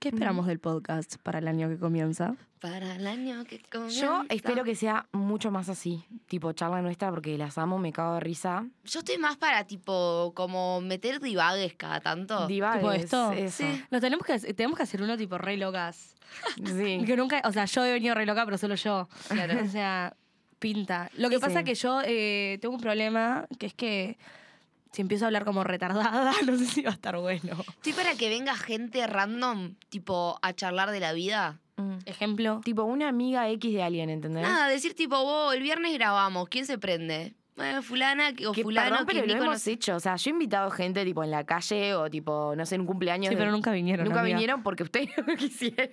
S4: ¿Qué esperamos del podcast para el año que comienza?
S2: Para el año que comienza.
S3: Yo espero que sea mucho más así, tipo charla nuestra, porque las amo, me cago de risa.
S2: Yo estoy más para, tipo, como meter divagues cada tanto.
S3: Divagues,
S4: tipo esto.
S3: eso.
S4: Nos tenemos que, tenemos que hacer uno tipo re locas.
S3: Sí.
S4: Que nunca, o sea, yo he venido re loca, pero solo yo.
S2: Claro.
S4: O sea, pinta. Lo que
S3: Sí.
S4: pasa es que yo eh, tengo un problema, que es que si empiezo a hablar como retardada, no sé si va a estar bueno.
S2: Estoy para que venga gente random, tipo, a charlar de la vida.
S3: Mm.
S4: Ejemplo.
S3: Tipo una amiga X de alguien,
S4: ¿Eh?
S3: ¿entendés?
S2: Nada, decir, tipo, vos, el viernes grabamos, ¿quién se prende? Eh, fulana que- o
S3: Que,
S2: fulano
S3: perdón, pero
S2: que
S3: lo
S2: Nico no
S3: hemos
S2: sé-
S3: hecho. O sea, yo he invitado gente tipo en la calle o tipo, no sé, en un cumpleaños.
S4: Sí,
S3: de-
S4: pero nunca vinieron.
S3: Nunca
S4: amiga.
S3: vinieron porque ustedes no quisieron.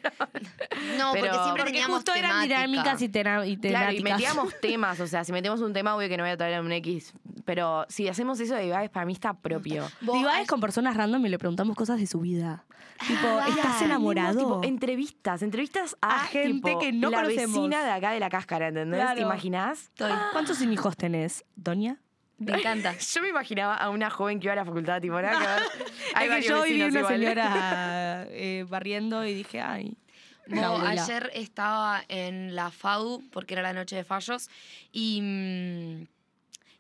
S2: No, porque
S3: Pero-
S2: siempre
S4: Porque
S2: teníamos
S4: justo eran
S2: temática.
S4: dinámicas y, tena- y temáticas.
S3: Claro, y metíamos temas. O sea, si metemos un tema, obvio que no voy a traer a un X. Pero si hacemos eso de Divagues, para mí está propio.
S2: Vos,
S4: Divagues
S2: ay,
S4: con personas random y le preguntamos cosas de su vida.
S3: Ah,
S4: Tipo, ¿estás
S3: Claro.
S4: enamorado?
S3: Tipo, entrevistas, entrevistas a,
S4: A gente
S3: tipo,
S4: que no
S3: la
S4: conocemos.
S3: vecina de acá de la cáscara, ¿entendés?
S4: Claro.
S3: ¿Te imaginás?
S2: estoy.
S4: Ah. ¿Cuántos hijos tenés, Doña?
S2: Me encanta.
S3: Yo me imaginaba a una joven que iba a la facultad, tipo, nada que ver. Hay
S4: es que
S3: varios
S4: yo vi
S3: vecinos
S4: una
S3: igual.
S4: señora eh, barriendo y dije, ay.
S2: Bo,
S4: la abuela.
S2: ayer estaba en la FAU, porque era la noche de fallos, y, mm,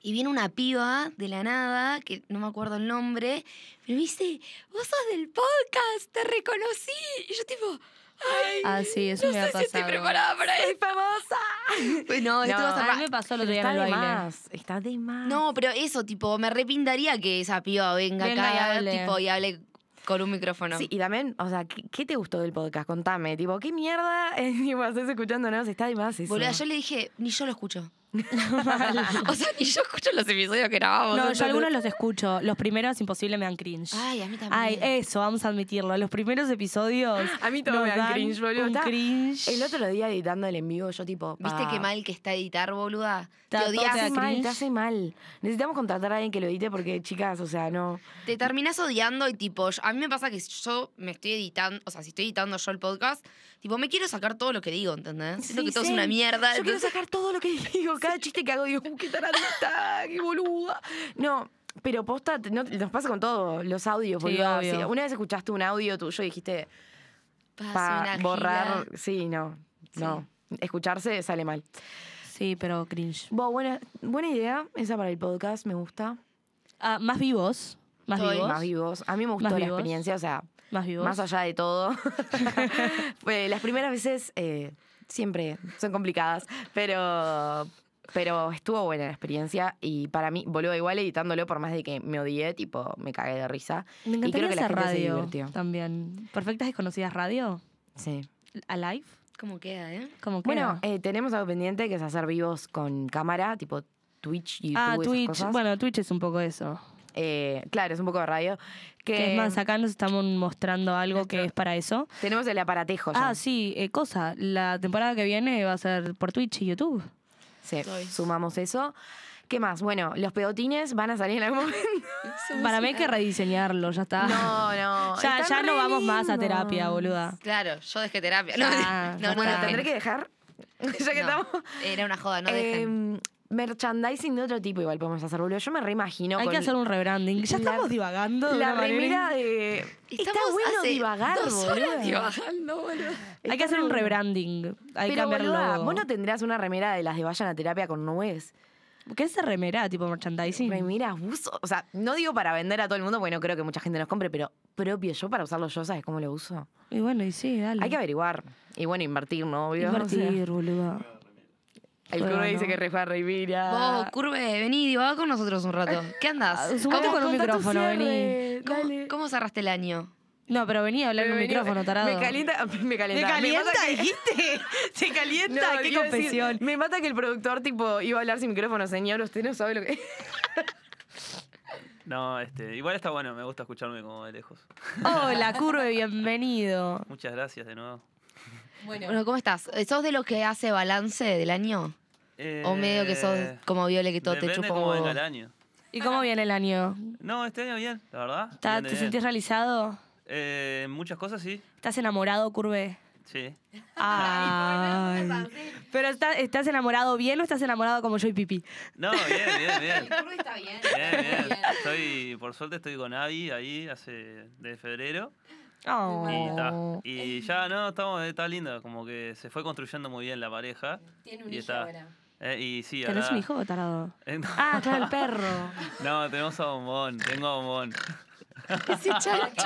S2: y viene una piba de la nada, que no me acuerdo el nombre, pero me dice, vos sos del podcast, te reconocí. Y yo tipo, ay,
S4: Ah, sí, eso
S2: no
S4: me
S2: sé
S4: ha
S2: si estoy
S4: pasado.
S2: preparada para esto. famosa! no, esto
S3: No,
S2: va a ser
S4: A
S2: ra-
S4: mí me pasó el
S3: Pero
S4: otro día en
S3: está
S4: el
S3: de
S4: baile.
S3: más. Está de más.
S2: No, pero eso, tipo, me repintaría que esa piba venga,
S4: Venga y
S2: acá y
S4: hable.
S2: hable. Tipo, y hable con un micrófono.
S3: Sí, y también, o sea, ¿qué, qué te gustó del podcast? Contame, tipo, ¿qué mierda eh, tipo, haces escuchándonos? Está de más eso.
S2: Boluda, yo le dije, ni yo lo escucho. o sea, ni yo escucho los episodios que grabamos.
S4: No,
S2: entonces-
S4: yo algunos los escucho. Los primeros, imposible, me dan cringe.
S3: Ah,
S2: Ay, a mí también.
S4: Ay, eh, eso, vamos a admitirlo. Los primeros episodios.
S3: A mí todo me
S4: nos
S3: dan cringe, boludo.
S4: Un
S3: Está-
S4: cringe.
S3: El otro día editando el en vivo, yo tipo.
S2: ¿Viste
S3: pa,
S2: qué mal que está editar, boluda? Te
S4: Ta- todo
S3: Te hace
S2: odias.
S4: da
S3: mal,
S4: cringe.
S3: te hace mal. Necesitamos contratar a alguien que lo edite porque, chicas, o sea, no.
S2: Te terminas odiando y tipo, yo- a mí me pasa que yo me estoy editando, o sea, si estoy editando yo el podcast, tipo, me quiero sacar todo lo que digo, ¿entendés? Siento
S3: Sí,
S2: que todo
S3: sí.
S2: es una mierda.
S3: Yo quiero
S2: entonces-
S3: sacar todo lo que digo, cada chiste que hago, digo, "Uh, qué tarandita, qué boluda. No, pero posta, te- no- nos pasa con todo, los audios,
S4: Sí,
S3: boluda.
S4: obvio.
S3: Sí, una vez escuchaste un audio tuyo y dijiste,
S2: Paso una
S3: para
S2: gira.
S3: borrar. Sí, no, no. Escucharse sale mal.
S4: Sí, pero cringe.
S3: Bo, buena, buena idea, esa para el podcast, me gusta.
S4: Ah, más vivos. Más
S2: Estoy-
S4: vivos.
S3: Más vivos. A mí me gustó
S4: Más
S3: la
S4: vivos.
S3: experiencia, o sea,
S4: Más vivos.
S3: más allá de todo. Fue- Las primeras veces eh, siempre son complicadas, pero, pero estuvo buena la experiencia y para mí, boludo, igual editándolo, por más de que me odié, tipo, me cagué de risa.
S4: Me
S3: y creo
S4: encantaría
S3: que la
S4: hacer
S3: gente se
S4: radio
S3: divirtió.
S4: también. Perfectas desconocidas radio.
S3: Sí.
S4: Alive.
S2: ¿Cómo queda, eh?
S4: Como que
S3: Bueno, eh, tenemos algo pendiente que es hacer vivos con cámara, tipo Twitch, YouTube,
S4: ah,
S3: esas
S4: Twitch.
S3: cosas.
S4: Bueno, Twitch es un poco eso.
S3: Eh, claro, es un poco de radio. Que,
S4: Que es más, acá nos estamos mostrando algo que
S3: Nuestro-
S4: es para eso.
S3: Tenemos el aparatejo ya.
S4: Ah, sí, eh, cosa. La temporada que viene va a ser por Twitch y YouTube.
S3: Sí,
S5: Estoy.
S3: sumamos eso. ¿Qué más? Bueno, los pedotines van a salir en algún momento.
S4: Para mí hay que rediseñarlo, ya está.
S3: No, no.
S4: ya
S3: están
S4: ya
S3: re
S4: no vamos más a
S3: lindos.
S4: terapia, boluda.
S2: Claro, yo dejé terapia. No,
S4: Ah,
S2: no, no,
S3: bueno,
S2: dejen.
S3: tendré que dejar. ya que
S2: No,
S3: estamos.
S2: Era una joda, no dejen.
S3: Em, merchandising de otro tipo igual podemos hacer, boludo. Yo me reimagino.
S4: hay
S3: con
S4: que hacer un rebranding. Ya
S3: la-
S4: estamos divagando. de
S3: La
S4: una manera
S3: remera de. Está
S2: Estamos
S3: bueno
S2: hace
S3: divagar,
S2: dos
S3: boludo.
S2: horas divagando, boludo.
S4: Hay que hacer un rebranding. Hay que
S3: Pero,
S4: cambiar el
S3: boluda,
S4: logo.
S3: vos no tendrás una remera de las de vayan a terapia con nubes.
S4: ¿Qué es esa remera? Tipo merchandising.
S3: Remeras, buzo. O sea, no digo para vender a todo el mundo, porque no creo que mucha gente nos compre, pero propio yo para usarlo yo, ¿sabes cómo lo uso?
S4: Y bueno, y sí, dale.
S3: Hay que averiguar. Y bueno, invertir, ¿no? Obvio. O sea,
S4: Invertir, boluda.
S3: el
S4: Bueno.
S3: cura dice que refa remera.
S2: Vos, Curve, vení, divaga con nosotros un rato. ¿Qué andás?
S4: Ah,
S2: ¿Cómo,
S4: sumate con un micrófono, vení.
S2: cómo, cómo cerraste el año?
S4: No, pero venía a hablar en un micrófono, tarado.
S3: Me calienta, me
S4: ¿Me
S3: calienta. Me
S4: calienta,
S3: pasa que-
S4: dijiste. Se
S3: No,
S4: calienta, qué
S3: iba a decir,
S4: confesión.
S3: me mata que el productor, tipo, iba a hablar sin micrófono, señor. Usted no sabe lo que.
S5: No, este, igual está bueno, me gusta escucharme como de lejos.
S4: Hola, Curve, bienvenido.
S5: Muchas gracias de nuevo.
S2: Bueno, ¿cómo estás? Eh, ¿Sos de los que hace balance del año? ¿O medio que sos
S5: Eh,
S2: como Viole que todo te
S5: depende
S2: chupa
S5: cómo
S2: un
S5: venga
S2: huevo?
S5: el año.
S4: ¿Y cómo viene el año?
S5: No, este año bien, la verdad.
S4: ¿Está-
S5: bien de
S4: ¿Te
S5: bien.
S4: sentís realizado?
S5: Eh, en muchas cosas sí,
S4: ¿Estás enamorado, Curve?
S5: sí.
S4: Ay. Pero está- ¿estás enamorado bien o estás enamorado como yo y Pipi?
S5: No, bien, bien, bien.
S2: está bien.
S5: Bien, bien. Estoy, por suerte estoy con Avi ahí hace de febrero. Y, ta.
S4: Oh.
S5: Y ya no, estamos, está lindo, como que se fue construyendo muy bien la pareja. Tiene un hijo ahora. y sí,
S4: ¿Tenés
S5: ahora-
S4: un hijo, tarado?
S5: Eh, no.
S4: Ah, claro, el perro.
S5: No, tenemos a Bombón, tengo a Bombón.
S2: Ese chancho.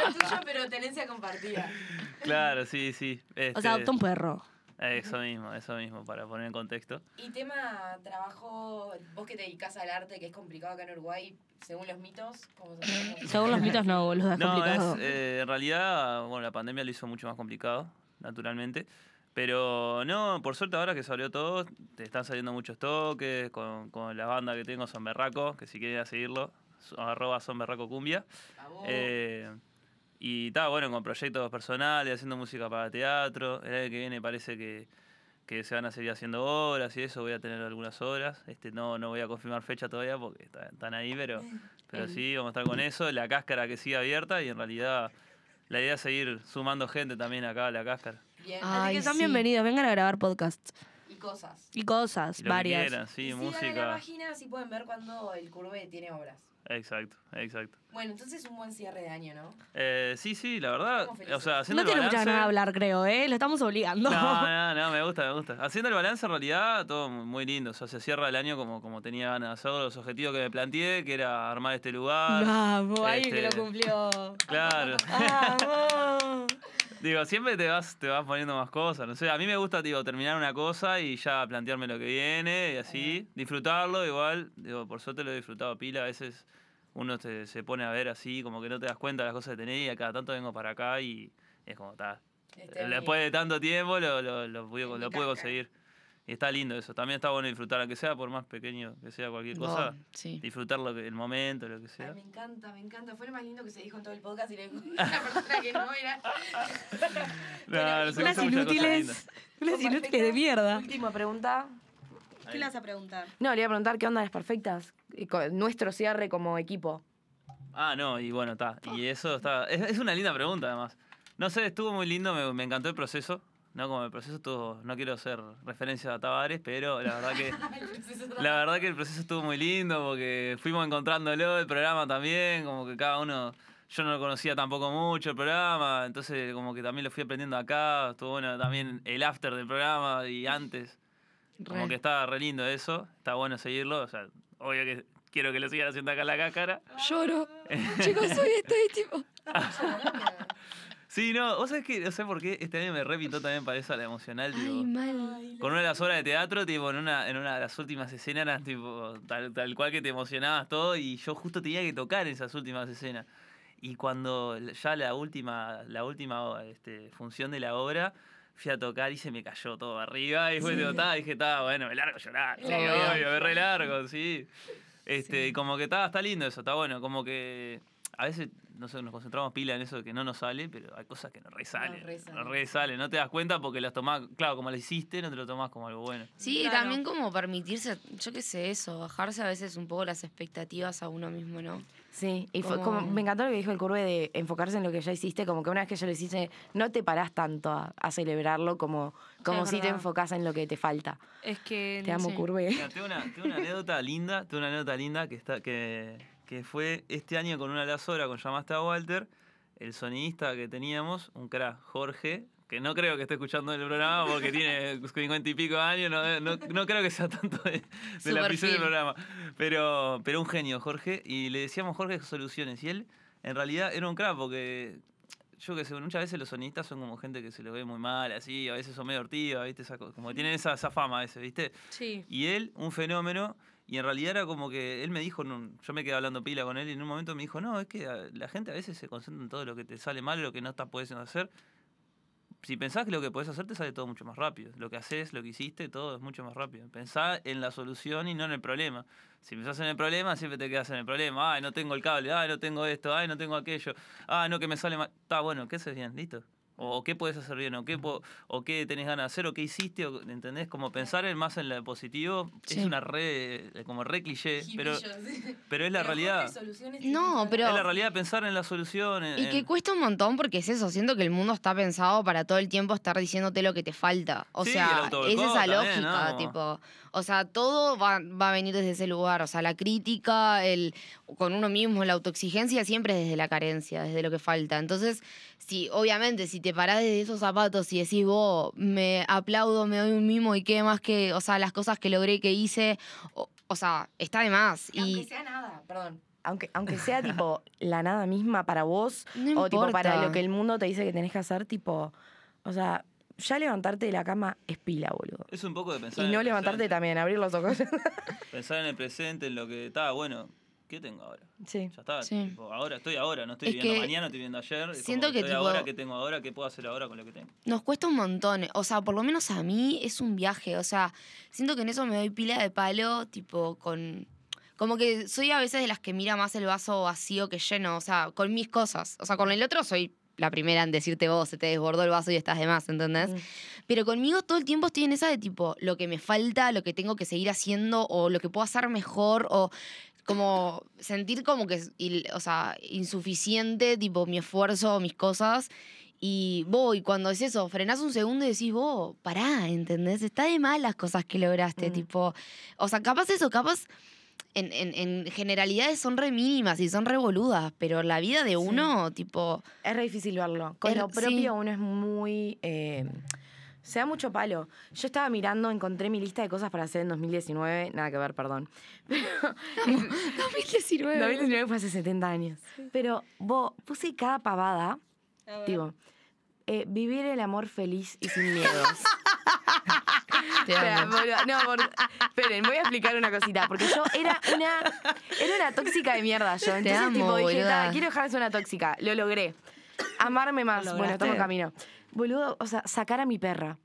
S5: Claro, sí, sí.
S4: O sea, adoptó un perro.
S5: este, Eso mismo, eso mismo, para poner en contexto.
S6: Y tema trabajo, vos que te dedicás al arte, que es complicado acá en Uruguay, según los mitos, ¿cómo se llama?
S4: Según los mitos, no, boludo, es
S5: No,
S4: complicado.
S5: es, eh, en realidad, bueno, la pandemia lo hizo mucho más complicado, naturalmente. Pero no, por suerte ahora que salió todo, te están saliendo muchos toques con, con la banda que tengo, Son Berraco, que si quieren seguirlo, so- arroba Son Berraco Cumbia. Eh, y está, bueno, con proyectos personales, haciendo música para teatro. El año que viene parece que, que se van a seguir haciendo obras y eso, voy a tener algunas obras. Este, no, no voy a confirmar fecha todavía porque está- están ahí, pero, pero sí, vamos a estar con eso. La cáscara que sigue abierta y en realidad la idea es seguir sumando gente también acá a la cáscara.
S6: Bien,
S4: Así
S2: Ay,
S4: que son
S2: sí.
S4: bienvenidos, vengan a grabar podcasts.
S6: y cosas.
S4: Y cosas,
S5: Y lo que
S4: varias.
S5: quieran, sí,
S6: Y sigan en la
S5: música.
S6: página, así pueden ver cuando el Curve tiene obras.
S5: Exacto, exacto.
S6: Bueno, entonces un buen cierre de año, ¿no?
S5: Eh, sí, sí, la verdad,
S6: Estamos
S5: o
S6: felices.
S5: sea, haciendo
S4: No
S5: el
S4: tiene muchas
S5: balance-
S4: ganas de hablar, creo, ¿eh? Lo estamos obligando.
S5: No, no, no, me gusta, me gusta. Haciendo el balance, en realidad, todo muy lindo. O sea, se cierra el año como, como tenía ganas de hacerlo, los objetivos que me planteé, que era armar este lugar.
S4: Vamos, alguien que lo
S5: Este,
S4: cumplió.
S5: Claro.
S4: Vamos.
S5: digo, siempre te vas, te vas poniendo más cosas. No sé, a mí me gusta, digo, terminar una cosa y ya plantearme lo que viene y así. Disfrutarlo igual. Digo, por suerte lo he disfrutado pila. A veces uno se, se pone a ver así, como que no te das cuenta de las cosas que tenés y a cada tanto vengo para acá y es como, está,
S6: Este
S5: Después de tanto tiempo lo, lo, lo pude,
S6: En mi
S5: lo pude
S6: caca.
S5: conseguir. Y está lindo eso. También está bueno disfrutar, aunque sea por más pequeño que sea cualquier cosa.
S2: No, sí.
S5: Disfrutar lo que- el momento, lo que
S6: Ay,
S5: sea.
S6: me encanta, me encanta. Fue lo más lindo que se dijo en todo el podcast y le una persona que no era.
S5: No, no se
S4: Unas
S5: usa mucha cosa
S4: inútiles. Unas inútiles de mierda.
S3: Última pregunta.
S5: linda. Ahí.
S4: a preguntar?
S3: No, le iba a preguntar qué onda las perfectas. Y con Nuestro cierre como equipo.
S5: Ah, no, y bueno, está. Y eso está. Es, es una linda pregunta, además. No sé, estuvo muy lindo, me, me encantó el proceso. No, como el proceso estuvo. No quiero hacer referencia a Tavares, pero la verdad que. La verdad que el proceso estuvo muy lindo porque fuimos encontrándolo, el programa también, como que cada uno, yo no lo conocía tampoco mucho el programa, entonces como que también lo fui aprendiendo acá, estuvo bueno también el after del programa y antes, como que estaba re lindo eso, está bueno seguirlo, o sea, obvio que quiero que lo sigan haciendo acá en la cáscara.
S2: Lloro. Chicos, soy estadístico.
S5: Sí, no, vos sabés que, no sé por qué, este año me repintó también para eso a la emocional,
S2: Ay,
S5: tipo,
S2: mal.
S5: Con una de las obras de teatro, tipo, en una, en una de las últimas escenas, eran, tipo, tal, tal cual que te emocionabas todo, y yo justo tenía que tocar en esas últimas escenas. Y cuando ya la última, la última este, función de la obra, fui a tocar y se me cayó todo arriba, y después tipo, "Ta", dije, está, bueno, me largo a llorar, sí,
S2: Obvio.
S5: obvio, me re largo, sí. Este, y como que está, está lindo eso, está bueno, como que a veces, no sé, nos concentramos pila en eso que no nos sale, pero hay cosas que nos resalen.
S6: Nos resalen.
S5: Nos resalen, no te das cuenta porque las tomás, claro, como las hiciste, no te lo tomás como algo bueno.
S2: Sí,
S3: Claro.
S2: también como permitirse, yo qué sé, eso, bajarse a veces un poco las expectativas a uno mismo, ¿no?
S3: Sí, y fue
S2: Como-
S3: como, me encantó lo que dijo el curve de enfocarse en lo que ya hiciste, como que una vez que ya lo hiciste, no te parás tanto a, a celebrarlo como, como
S4: es
S3: si te
S4: verdad.
S3: enfocás en lo que te falta.
S4: Es que.
S3: Te amo,
S2: Sí.
S3: curve.
S5: Mira, tengo, una, tengo una anécdota linda, tengo una anécdota linda que está, que, que fue este año con una lazora con llamaste a Walter, el sonidista que teníamos, un crack, Jorge, que no creo que esté escuchando el programa porque tiene 50 y pico de años, no, no- no creo que sea tanto de, de la
S2: Super
S5: prisión del
S2: fin.
S5: programa. Pero, pero un genio, Jorge, y le decíamos Jorge soluciones. Y él en realidad era un crack porque yo que sé, muchas veces los sonidistas son como gente que se lo ve muy mal, así, a veces son medio ortivas, ¿viste? Esa co- como tienen esa, esa fama a veces, ¿viste?
S4: Sí.
S5: Y él, un fenómeno. Y en realidad era como que él me dijo, en un- yo me quedé hablando pila con él y en un momento me dijo, no, es que a- la gente a veces se concentra en todo lo que te sale mal, lo que no estás puedes hacer. Si pensás que lo que podés hacer te sale todo mucho más rápido. Lo que haces, lo que hiciste, todo es mucho más rápido. Pensá en la solución y no en el problema. Si pensás en el problema, siempre te quedas en el problema. Ay, no tengo el cable, ay, no tengo esto, ay, no tengo aquello. Ah, no, que me sale mal. Está bueno, ¿qué haces bien? Listo. O, o qué puedes hacer bien, o qué, po- o qué tenés ganas de hacer, o qué hiciste, o- ¿entendés? Como pensar en más en lo positivo
S2: Sí.
S5: es una re, eh, como re cliché, pero,
S6: Hipillos.
S5: pero es la realidad.
S6: Jorge Soluciones
S2: No,
S6: tiene-
S2: pero-
S5: Es la realidad de pensar en la solución. en-
S2: Y que
S5: en-
S2: cuesta un montón porque es eso, siento que el mundo está pensado para todo el tiempo estar diciéndote lo que te falta. O
S5: Sí, el
S2: sea, es
S5: autoboicot
S2: esa
S5: también,
S2: lógica,
S5: ¿no?
S2: tipo, o sea, todo va, va a venir desde ese lugar, o sea, la crítica, el con uno mismo, la autoexigencia siempre es desde la carencia, desde lo que falta. Entonces, si obviamente si te parás desde esos zapatos y decís, "Vos, me aplaudo, me doy un mimo y qué más que, o sea, las cosas que logré que hice", o, o sea, está de más
S6: Y aunque
S2: y
S6: sea nada, perdón.
S3: Aunque, aunque sea tipo la nada misma para vos
S2: no
S3: o tipo para
S2: importa.
S3: lo que el mundo te dice que tenés que hacer, tipo, o sea, ya levantarte de la cama es pila, boludo.
S5: Es un poco de pensar.
S3: Y
S5: en
S3: no
S5: el
S3: levantarte
S5: presente.
S3: también, abrir los ojos.
S5: Pensar en el presente, en lo que está, bueno, ¿qué tengo ahora?
S3: sí.
S5: Ya está.
S2: Sí.
S5: tipo, ahora estoy ahora, no estoy
S2: Es
S5: viviendo
S2: que
S5: mañana, estoy viviendo ayer. es como
S2: siento que
S5: estoy
S2: tipo-
S5: ahora, ¿qué tengo ahora? ¿Qué puedo hacer ahora con lo que tengo?
S2: Nos cuesta un montón. O sea, por lo menos a mí es un viaje. O sea, siento que en eso me doy pila de palo, tipo, con. Como que soy a veces de las que mira más el vaso vacío que lleno. O sea, con mis cosas. O sea, con el otro soy la primera en decirte vos, se te desbordó el vaso y estás de más, ¿entendés?
S3: Mm.
S2: Pero conmigo todo el tiempo estoy en esa de tipo, lo que me falta, lo que tengo que seguir haciendo, o lo que puedo hacer mejor, o como sentir como que, es il- o sea, insuficiente, tipo, mi esfuerzo, mis cosas. Y vos, y cuando es eso, frenás un segundo y decís, vos, pará, ¿entendés? Está de mal las cosas que lograste,
S3: Mm.
S2: tipo. O sea, capaz eso, capaz. En, en- en generalidades son re mínimas y son re boludas, pero la vida de uno, tipo.
S3: Es re difícil verlo. Con
S2: Es-
S3: lo propio
S2: sí.
S3: uno es muy... eh, se da mucho palo. Yo estaba mirando, encontré mi lista de cosas para hacer en 2019. Nada que ver, perdón.
S2: 2019.
S3: 2019 fue hace 70 años. Pero vos puse cada pavada. Tipo, eh, vivir el amor feliz y sin miedos.
S2: Te
S3: Espera,
S2: amo.
S3: boluda, no, por- esperen, voy a explicar una cosita, porque yo era una, era una tóxica de mierda yo. Entonces,
S2: amo,
S3: tipo, dije,
S2: boluda.
S3: "Ta, quiero dejar de ser una tóxica. Lo logré. Amarme más.
S4: ¿Lo
S3: bueno,
S4: lograste?
S3: estamos en camino. Boludo, o sea, sacar a mi perra.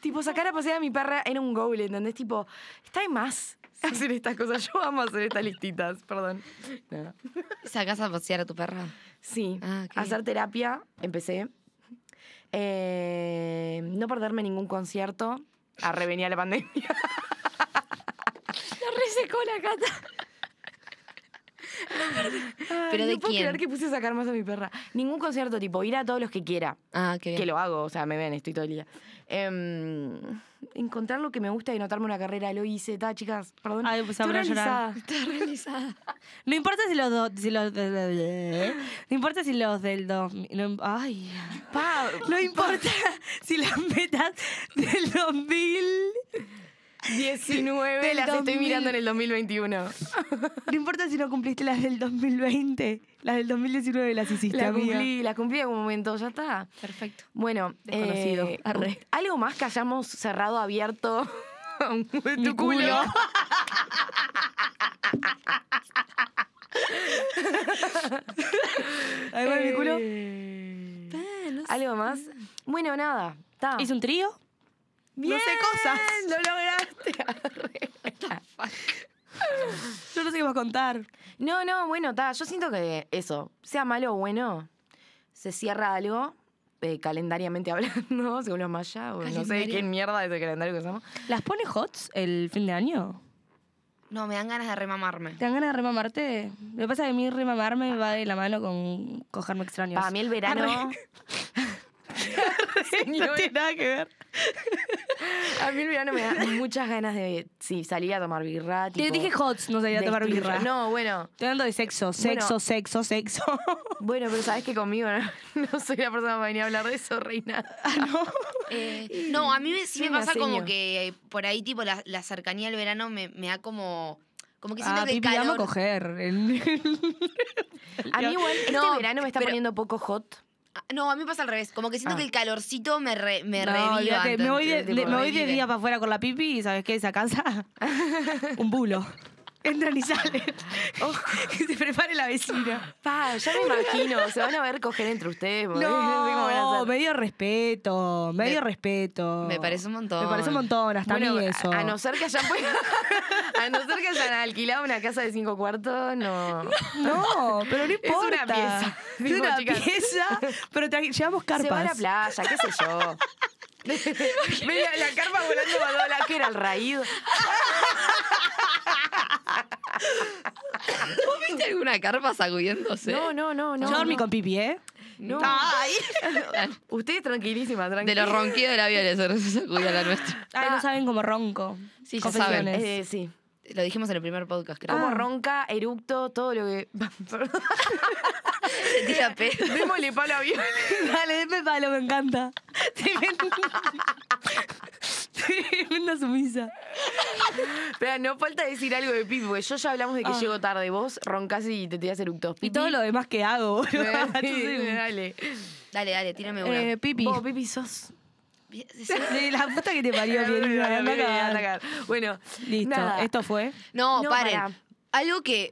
S3: Tipo, sacar a pasear a mi perra era un goal, ¿entendés? Tipo, está de más hacer estas cosas. Yo amo hacer estas listitas, perdón. No.
S2: Sacás a pasear a tu perra.
S3: Sí,
S2: Ah, ok.
S3: hacer terapia, empecé. Eh, no perderme ningún concierto. A revenir la pandemia. Ay,
S2: ¿Pero
S3: no
S2: de
S3: puedo
S2: quién?
S3: creer que puse a sacar más a mi perra. Ningún concierto, tipo, ir a todos los que quiera.
S2: Ah, qué bien.
S3: Que lo hago, o sea, me ven, estoy todo el día. Em, encontrar lo que me gusta y anotarme una carrera, lo hice, ta, chicas, perdón.
S4: Ay, pues,
S3: Estoy
S4: ahora llorar.
S3: realizada.
S2: Está realizada.
S4: No importa si los do- si los ¿eh? no importa si los del 2000, no, im- ay,
S3: Pa,
S4: no importa si las metas del 2000,
S3: 19
S4: Del
S3: las
S4: 2000.
S3: estoy mirando en el 2021.
S4: no importa si no cumpliste las del 2020, las del 2019 las hiciste,
S3: La
S4: amiga.
S3: cumplí, la cumplí en algún momento, ya está.
S2: Perfecto.
S3: Bueno,
S4: Desconocido,
S3: eh,
S4: arre.
S3: algo más que hayamos cerrado abierto tu
S4: Mi
S3: culo.
S4: culo. Ahí va mi culo.
S3: Eh,
S2: no
S3: ¿Algo más? Bueno, nada. Ta.
S4: Hice un trío.
S3: Bien,
S4: No sé cosas.
S3: Lo lograste.
S4: Yo no sé qué vas a contar.
S3: No, no, bueno, ta, yo siento que eso, sea malo o bueno, se cierra algo, eh, calendariamente hablando, según los mayas, o no sé
S2: Calendario.
S3: qué mierda es el calendario que usamos.
S4: ¿Las pone hots el fin de año?
S2: No, me dan ganas de remamarme.
S4: ¿Te dan ganas de remamarte? Lo que pasa es que a mí remamarme va de la mano con cogerme extraños.
S3: Para mí el verano...
S4: no tiene nada que ver.
S3: A mí el verano me da muchas ganas de sí, salir a tomar birra.
S4: Te
S3: tipo,
S4: dije hots, no sabía tomar
S3: destruir-
S4: birra.
S3: No, bueno,
S4: Estoy hablando de sexo, sexo,
S3: Bueno.
S4: sexo, sexo.
S3: bueno, pero sabes que conmigo no, no soy la persona que va a venir a hablar de eso, reina.
S2: Eh, no, a mí me- sí
S3: Sí,
S2: me
S3: me
S2: pasa como
S3: aceño.
S2: que eh, por ahí, tipo, la, la cercanía al verano me, me da como. Como que siento
S4: Ah,
S2: que el
S4: Pipi, amo
S2: calor.
S4: coger.
S3: A mí igual, este
S2: No,
S3: verano me está
S2: pero-
S3: poniendo poco hot.
S2: Ah, No, a mí me pasa al revés. Como que siento
S3: Ah.
S2: que el calorcito me, re, me
S4: No,
S2: reviva,
S4: olvídate, me
S2: ¿entendés?
S4: voy de,
S2: Tipo,
S4: de- me voy de
S2: revive.
S4: día para afuera con la pipi y ¿sabes qué? Esa casa, un bulo. Entran y salen. Ojo, que se prepare la vecina.
S3: Pa, ya me imagino, se van a ver coger entre ustedes. boludo, sé cómo van a
S4: No,
S3: hacer.
S4: medio respeto, medio respeto.
S2: me parece un montón.
S4: Me parece un montón, hasta
S3: Bueno,
S4: a mí
S3: a-
S4: eso.
S3: A, no ser que hayan puesto- a no ser que hayan alquilado una casa de cinco cuartos, no.
S4: No, pero no
S3: Es una
S4: importa.
S3: pieza.
S4: Es
S3: Digo,
S4: una
S3: chicas.
S4: pieza, pero tra- llevamos carpas.
S3: Se va a la playa, qué sé yo. Media- la carpa volando para todos lados, que era el raído.
S2: ¿Vos viste alguna carpa sacudiéndose?
S3: No, no, no, no.
S4: Yo dormí
S3: no.
S4: con pipi, ¿eh?
S3: No.
S2: Ay.
S3: Ustedes tranquilísima,
S2: De
S3: tranquila.
S2: los ronquidos de la violencia se sacudía la nuestra.
S4: Ay, no saben cómo ronco.
S2: Sí, ya saben.
S4: Confesiones.
S3: Eh, sí.
S2: Lo dijimos en el primer podcast,
S4: Ah.
S2: creo.
S3: Como ronca, eructo, todo lo que. Perdón.
S2: Se tira pedo.
S3: Démosle palo a Viola.
S4: Dale, denme palo, me encanta. Tremendo. Tremenda sumisa.
S3: Pero no falta decir algo de Pipi, porque yo ya hablamos de que
S4: Ah.
S3: llego tarde. Vos roncas y te tirás eructos.
S4: Y
S3: Pipi.
S4: todo lo demás que hago, boludo. Yo soy un-
S3: Dale.
S2: Dale, dale, tírame una.
S4: Eh, pipi.
S3: Vos, Pipi, sos.
S4: De la puta que te parió, Pierina, anda a cagar.
S3: Bueno,
S4: Listo,
S3: nada.
S4: esto fue.
S2: No,
S3: No,
S2: paren.
S3: pará.
S2: Algo que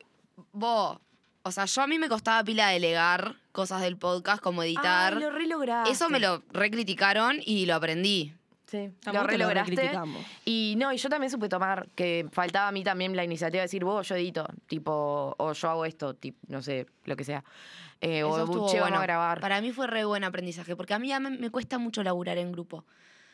S2: vos, o sea, yo a mí me costaba pila delegar cosas del podcast, como editar.
S3: Ay, lo re lograste.
S2: Eso me lo recriticaron y lo aprendí.
S3: Sí, lo
S4: Tampoco
S3: re
S4: te lo
S3: lograste.
S4: recriticamos.
S3: Y no, y yo también supe tomar, que faltaba a mí también la iniciativa de decir, vos, yo edito, tipo, o yo hago esto, tipo, no sé, lo que sea. Eh,
S2: Eso
S3: o che,
S2: estuvo
S3: vamos
S2: bueno.
S3: a grabar.
S2: Para mí fue re buen aprendizaje, porque a mí ya me, me cuesta mucho laburar en grupo.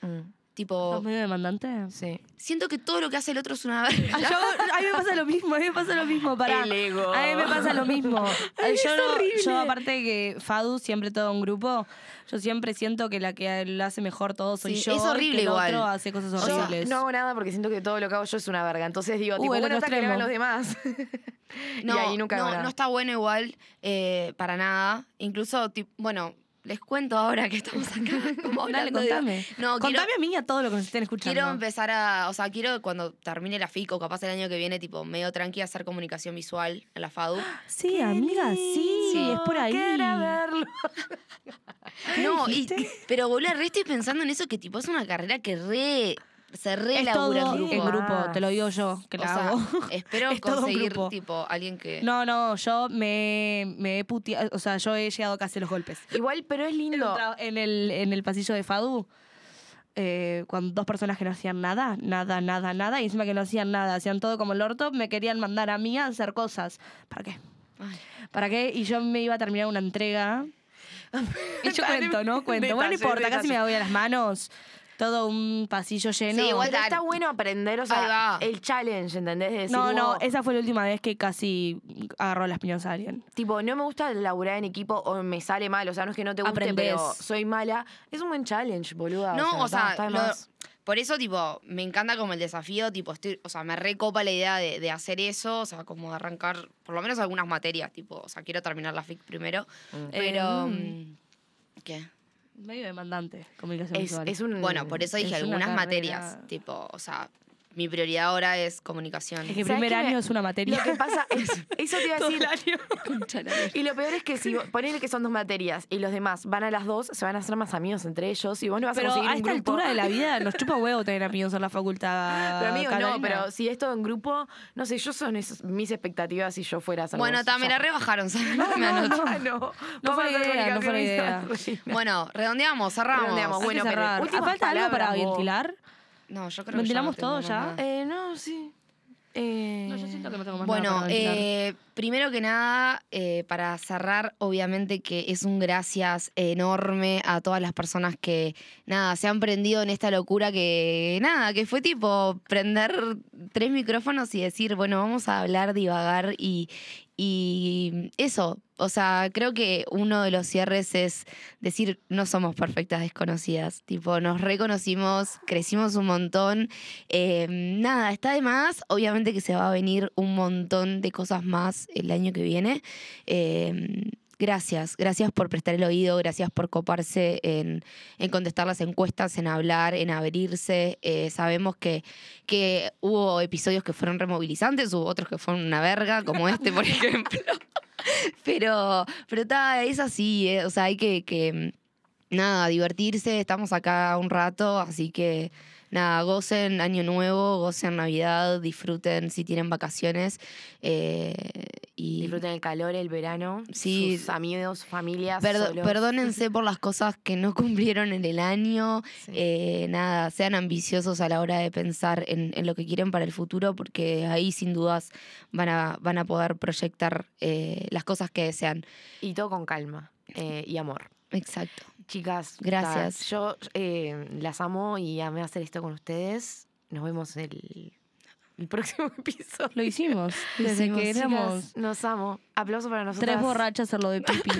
S3: Mm,
S2: Tipo,
S4: ¿Estás medio demandante?
S3: sí.
S2: siento que todo lo que hace el otro es una verga.
S4: Ah, yo- a mí me pasa lo mismo, a mí me pasa lo mismo. Para,
S3: El ego.
S4: A mí me pasa lo mismo.
S3: Ay,
S4: yo,
S3: es
S4: no-
S3: horrible.
S4: yo, aparte de que Fadu siempre todo un grupo, yo siempre siento que la que lo hace mejor todo soy
S2: Sí,
S4: yo.
S2: es
S4: y que
S2: horrible
S4: el
S2: igual.
S4: otro hace cosas
S3: Yo
S4: horribles.
S3: no hago nada porque siento que todo lo que hago yo es una verga. Entonces digo,
S4: Uh,
S3: tipo,
S4: el
S3: bueno,
S4: otro
S3: hasta que lo hagan los
S4: extremo.
S3: demás.
S2: No,
S3: y ahí nunca hago
S2: no,
S3: nada.
S2: no está bueno igual, eh, para nada. Incluso, tip- bueno, les cuento ahora que estamos acá. Como
S4: Dale,
S2: hablando de-
S4: contame.
S2: No, quiero-
S4: contame a mí y a todos los que nos estén escuchando.
S2: Quiero empezar a, o sea, quiero cuando termine la FICO, capaz el año que viene, tipo, medio tranqui, hacer comunicación visual en la FADU.
S4: Sí, amiga, sí,
S2: Sí.
S4: es por ahí.
S3: Quiero verlo.
S2: No, y,
S4: dijiste?
S2: pero boludo, re estoy pensando en eso que tipo es una carrera que re, se re
S4: Es
S2: labura
S4: todo
S2: en grupo.
S4: en grupo, te lo digo yo, que
S2: O
S4: la
S2: sea,
S4: hago.
S2: espero
S4: Es todo un
S2: conseguir
S4: grupo.
S2: tipo alguien que.
S4: No, no, yo me, me he puteado, o sea, yo he llegado casi a los golpes.
S3: Igual, pero es
S4: En,
S3: lindo.
S4: un tra- en el, en el pasillo de Fadu, eh, con dos personas que no hacían nada, nada, nada, nada, y encima que no hacían nada, hacían todo como el orto, me querían mandar a mí a hacer cosas. ¿Para qué?
S2: Ay.
S4: ¿Para qué? Y yo me iba a terminar una entrega. y yo cuento, ¿no? Cuento. bueno, no
S3: Detalle,
S4: importa, casi
S3: detalle.
S4: me voy a las manos. Todo un pasillo lleno.
S2: Sí, igual
S3: Pero está
S2: Dale.
S3: bueno aprender, o
S2: Ahí
S3: sea,
S2: va.
S3: el challenge, ¿entendés? De decir,
S4: no, no,
S3: "Wow,
S4: esa fue la última vez que casi agarró las piñas a alguien.
S3: tipo, no me gusta laburar en equipo o me sale mal, o sea, no es que no te guste,
S4: Aprendés.
S3: pero soy mala. Es un buen challenge, boluda.
S2: No, o sea,
S3: está de
S2: lo-
S3: más.
S2: por eso, tipo, me encanta como el desafío, tipo, estoy, o sea, me recopa la idea de, de hacer eso, o sea, como de arrancar, por lo menos algunas materias, tipo, o sea, quiero terminar la FIC primero, pero... mm, ¿Qué?
S4: Medio demandante, comunicación
S3: es,
S4: visual.
S3: es un
S2: Bueno, por eso dije
S4: es una
S2: algunas
S4: carrera-
S2: materias, tipo, o sea, mi prioridad ahora es comunicación.
S4: Es que
S3: ¿Sabes
S4: primer
S3: qué me-
S4: año es una materia.
S3: Lo que pasa es, eso te iba a
S4: Todo el
S3: decir.
S4: año.
S3: Y lo peor es que si ponerle que son dos materias y los demás van a las dos, se van a hacer más amigos entre ellos y vos no vas a
S4: Pero
S3: conseguir
S4: a
S3: un
S4: esta
S3: grupo.
S4: altura de la vida nos chupa huevo tener amigos en la facultad.
S3: Pero amigos, no,
S4: Carolina.
S3: pero si es todo en grupo, no sé, yo son esos- mis expectativas si yo fuera a hacer
S2: Bueno,
S3: vos.
S2: ta, me la
S3: Ya.
S2: rebajaron, ¿sabes? Me anoto.
S3: Ah, no. Vamos
S4: No fue
S3: a
S4: la
S3: hacer
S4: idea, no fue la
S3: comunicación
S4: idea.
S3: visual.
S2: Bueno, redondeamos, cerramos.
S3: Redondeamos,
S4: Hay que
S3: bueno, pero
S4: cerrar.
S3: últimas
S4: ¿Falta algo para
S3: palabras, vos.
S4: ventilar?
S2: No, yo creo que ya no
S4: ¿Ventilamos
S2: tengo
S4: todo
S2: más
S4: ya?
S2: nada.
S3: Eh, no, sí. Eh,
S4: No, yo siento que no tengo más nada
S2: Bueno,
S4: para ventilar.
S2: eh, primero que nada, eh, para cerrar, obviamente que es un gracias enorme a todas las personas que, nada, se han prendido en esta locura que, nada, que fue tipo prender tres micrófonos y decir, bueno, vamos a hablar, divagar y, y eso. O sea, creo que uno de los cierres es decir, no somos perfectas desconocidas. Tipo, nos reconocimos, crecimos un montón. Eh, nada, está de más. Obviamente que se va a venir un montón de cosas más el año que viene. Eh, gracias, gracias por prestar el oído, gracias por coparse en, en contestar las encuestas, en hablar, en abrirse. Eh, sabemos que, que hubo episodios que fueron removilizantes, hubo otros que fueron una verga, como este, por ejemplo. Pero, pero ta, es así, eh, o sea, hay que, que, nada, divertirse, estamos acá un rato, así que nada, gocen Año Nuevo, gocen Navidad, disfruten si tienen vacaciones. eh, y
S3: Disfruten el calor, el verano,
S2: Sí.
S3: sus amigos, familias,
S2: perdo-
S3: solos.
S2: perdónense por las cosas que no cumplieron en el año.
S3: Sí.
S2: Eh, nada, sean ambiciosos a la hora de pensar en, en lo que quieren para el futuro, porque ahí sin dudas van a, van a poder proyectar eh, las cosas que desean.
S3: Y todo con calma eh, y amor.
S2: Exacto.
S3: Chicas,
S2: Gracias.
S3: ta, Yo eh, las amo y amé hacer esto con ustedes. Nos vemos el, el próximo episodio.
S4: Lo hicimos. Desde
S2: hicimos,
S4: que
S2: chicas.
S4: éramos
S3: Chicas, nos amo. Aplauso para nosotros.
S4: tres borrachas a lo de pipí.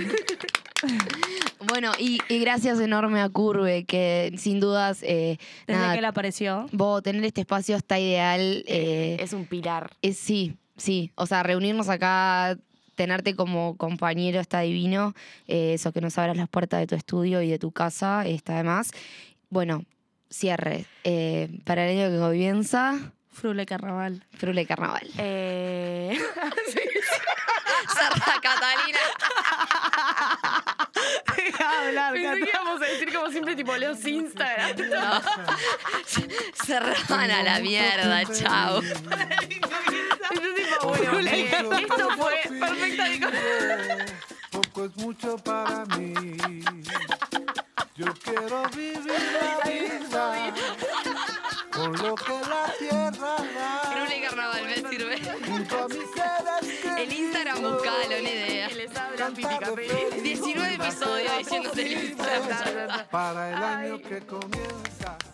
S2: Bueno, y, y gracias enorme a Curve, que sin dudas, eh,
S4: Desde
S2: nada,
S4: que él apareció.
S2: vos tener este espacio está ideal. eh,
S3: Es un pilar.
S2: Eh, sí, sí. O sea, reunirnos acá, tenerte como compañero está divino. Eh, eso que nos abras las puertas de tu estudio y de tu casa eh, está de más. Bueno, cierre. Eh, para el año que comienza,
S4: Frule Carnaval.
S2: Frule Carnaval.
S3: Eh,
S2: Cerra, Catalina.
S4: hablar,
S3: pensé que íbamos a decir como siempre, tipo, los Instagram.
S2: Cerrana la mierda, chao.
S3: Yo tipo, bueno, eh, esto fue perfecta de
S1: Poco es mucho para mí. Yo quiero vivir la vida con lo que la tierra da.
S2: Frule Carnaval me sirve.
S1: Junto a mis seres
S2: El Instagram buscalo, una idea.
S3: que les abra Pípica
S1: cantando feliz
S2: 19 episodios diciéndote el Instagram.
S1: para el año que comienza.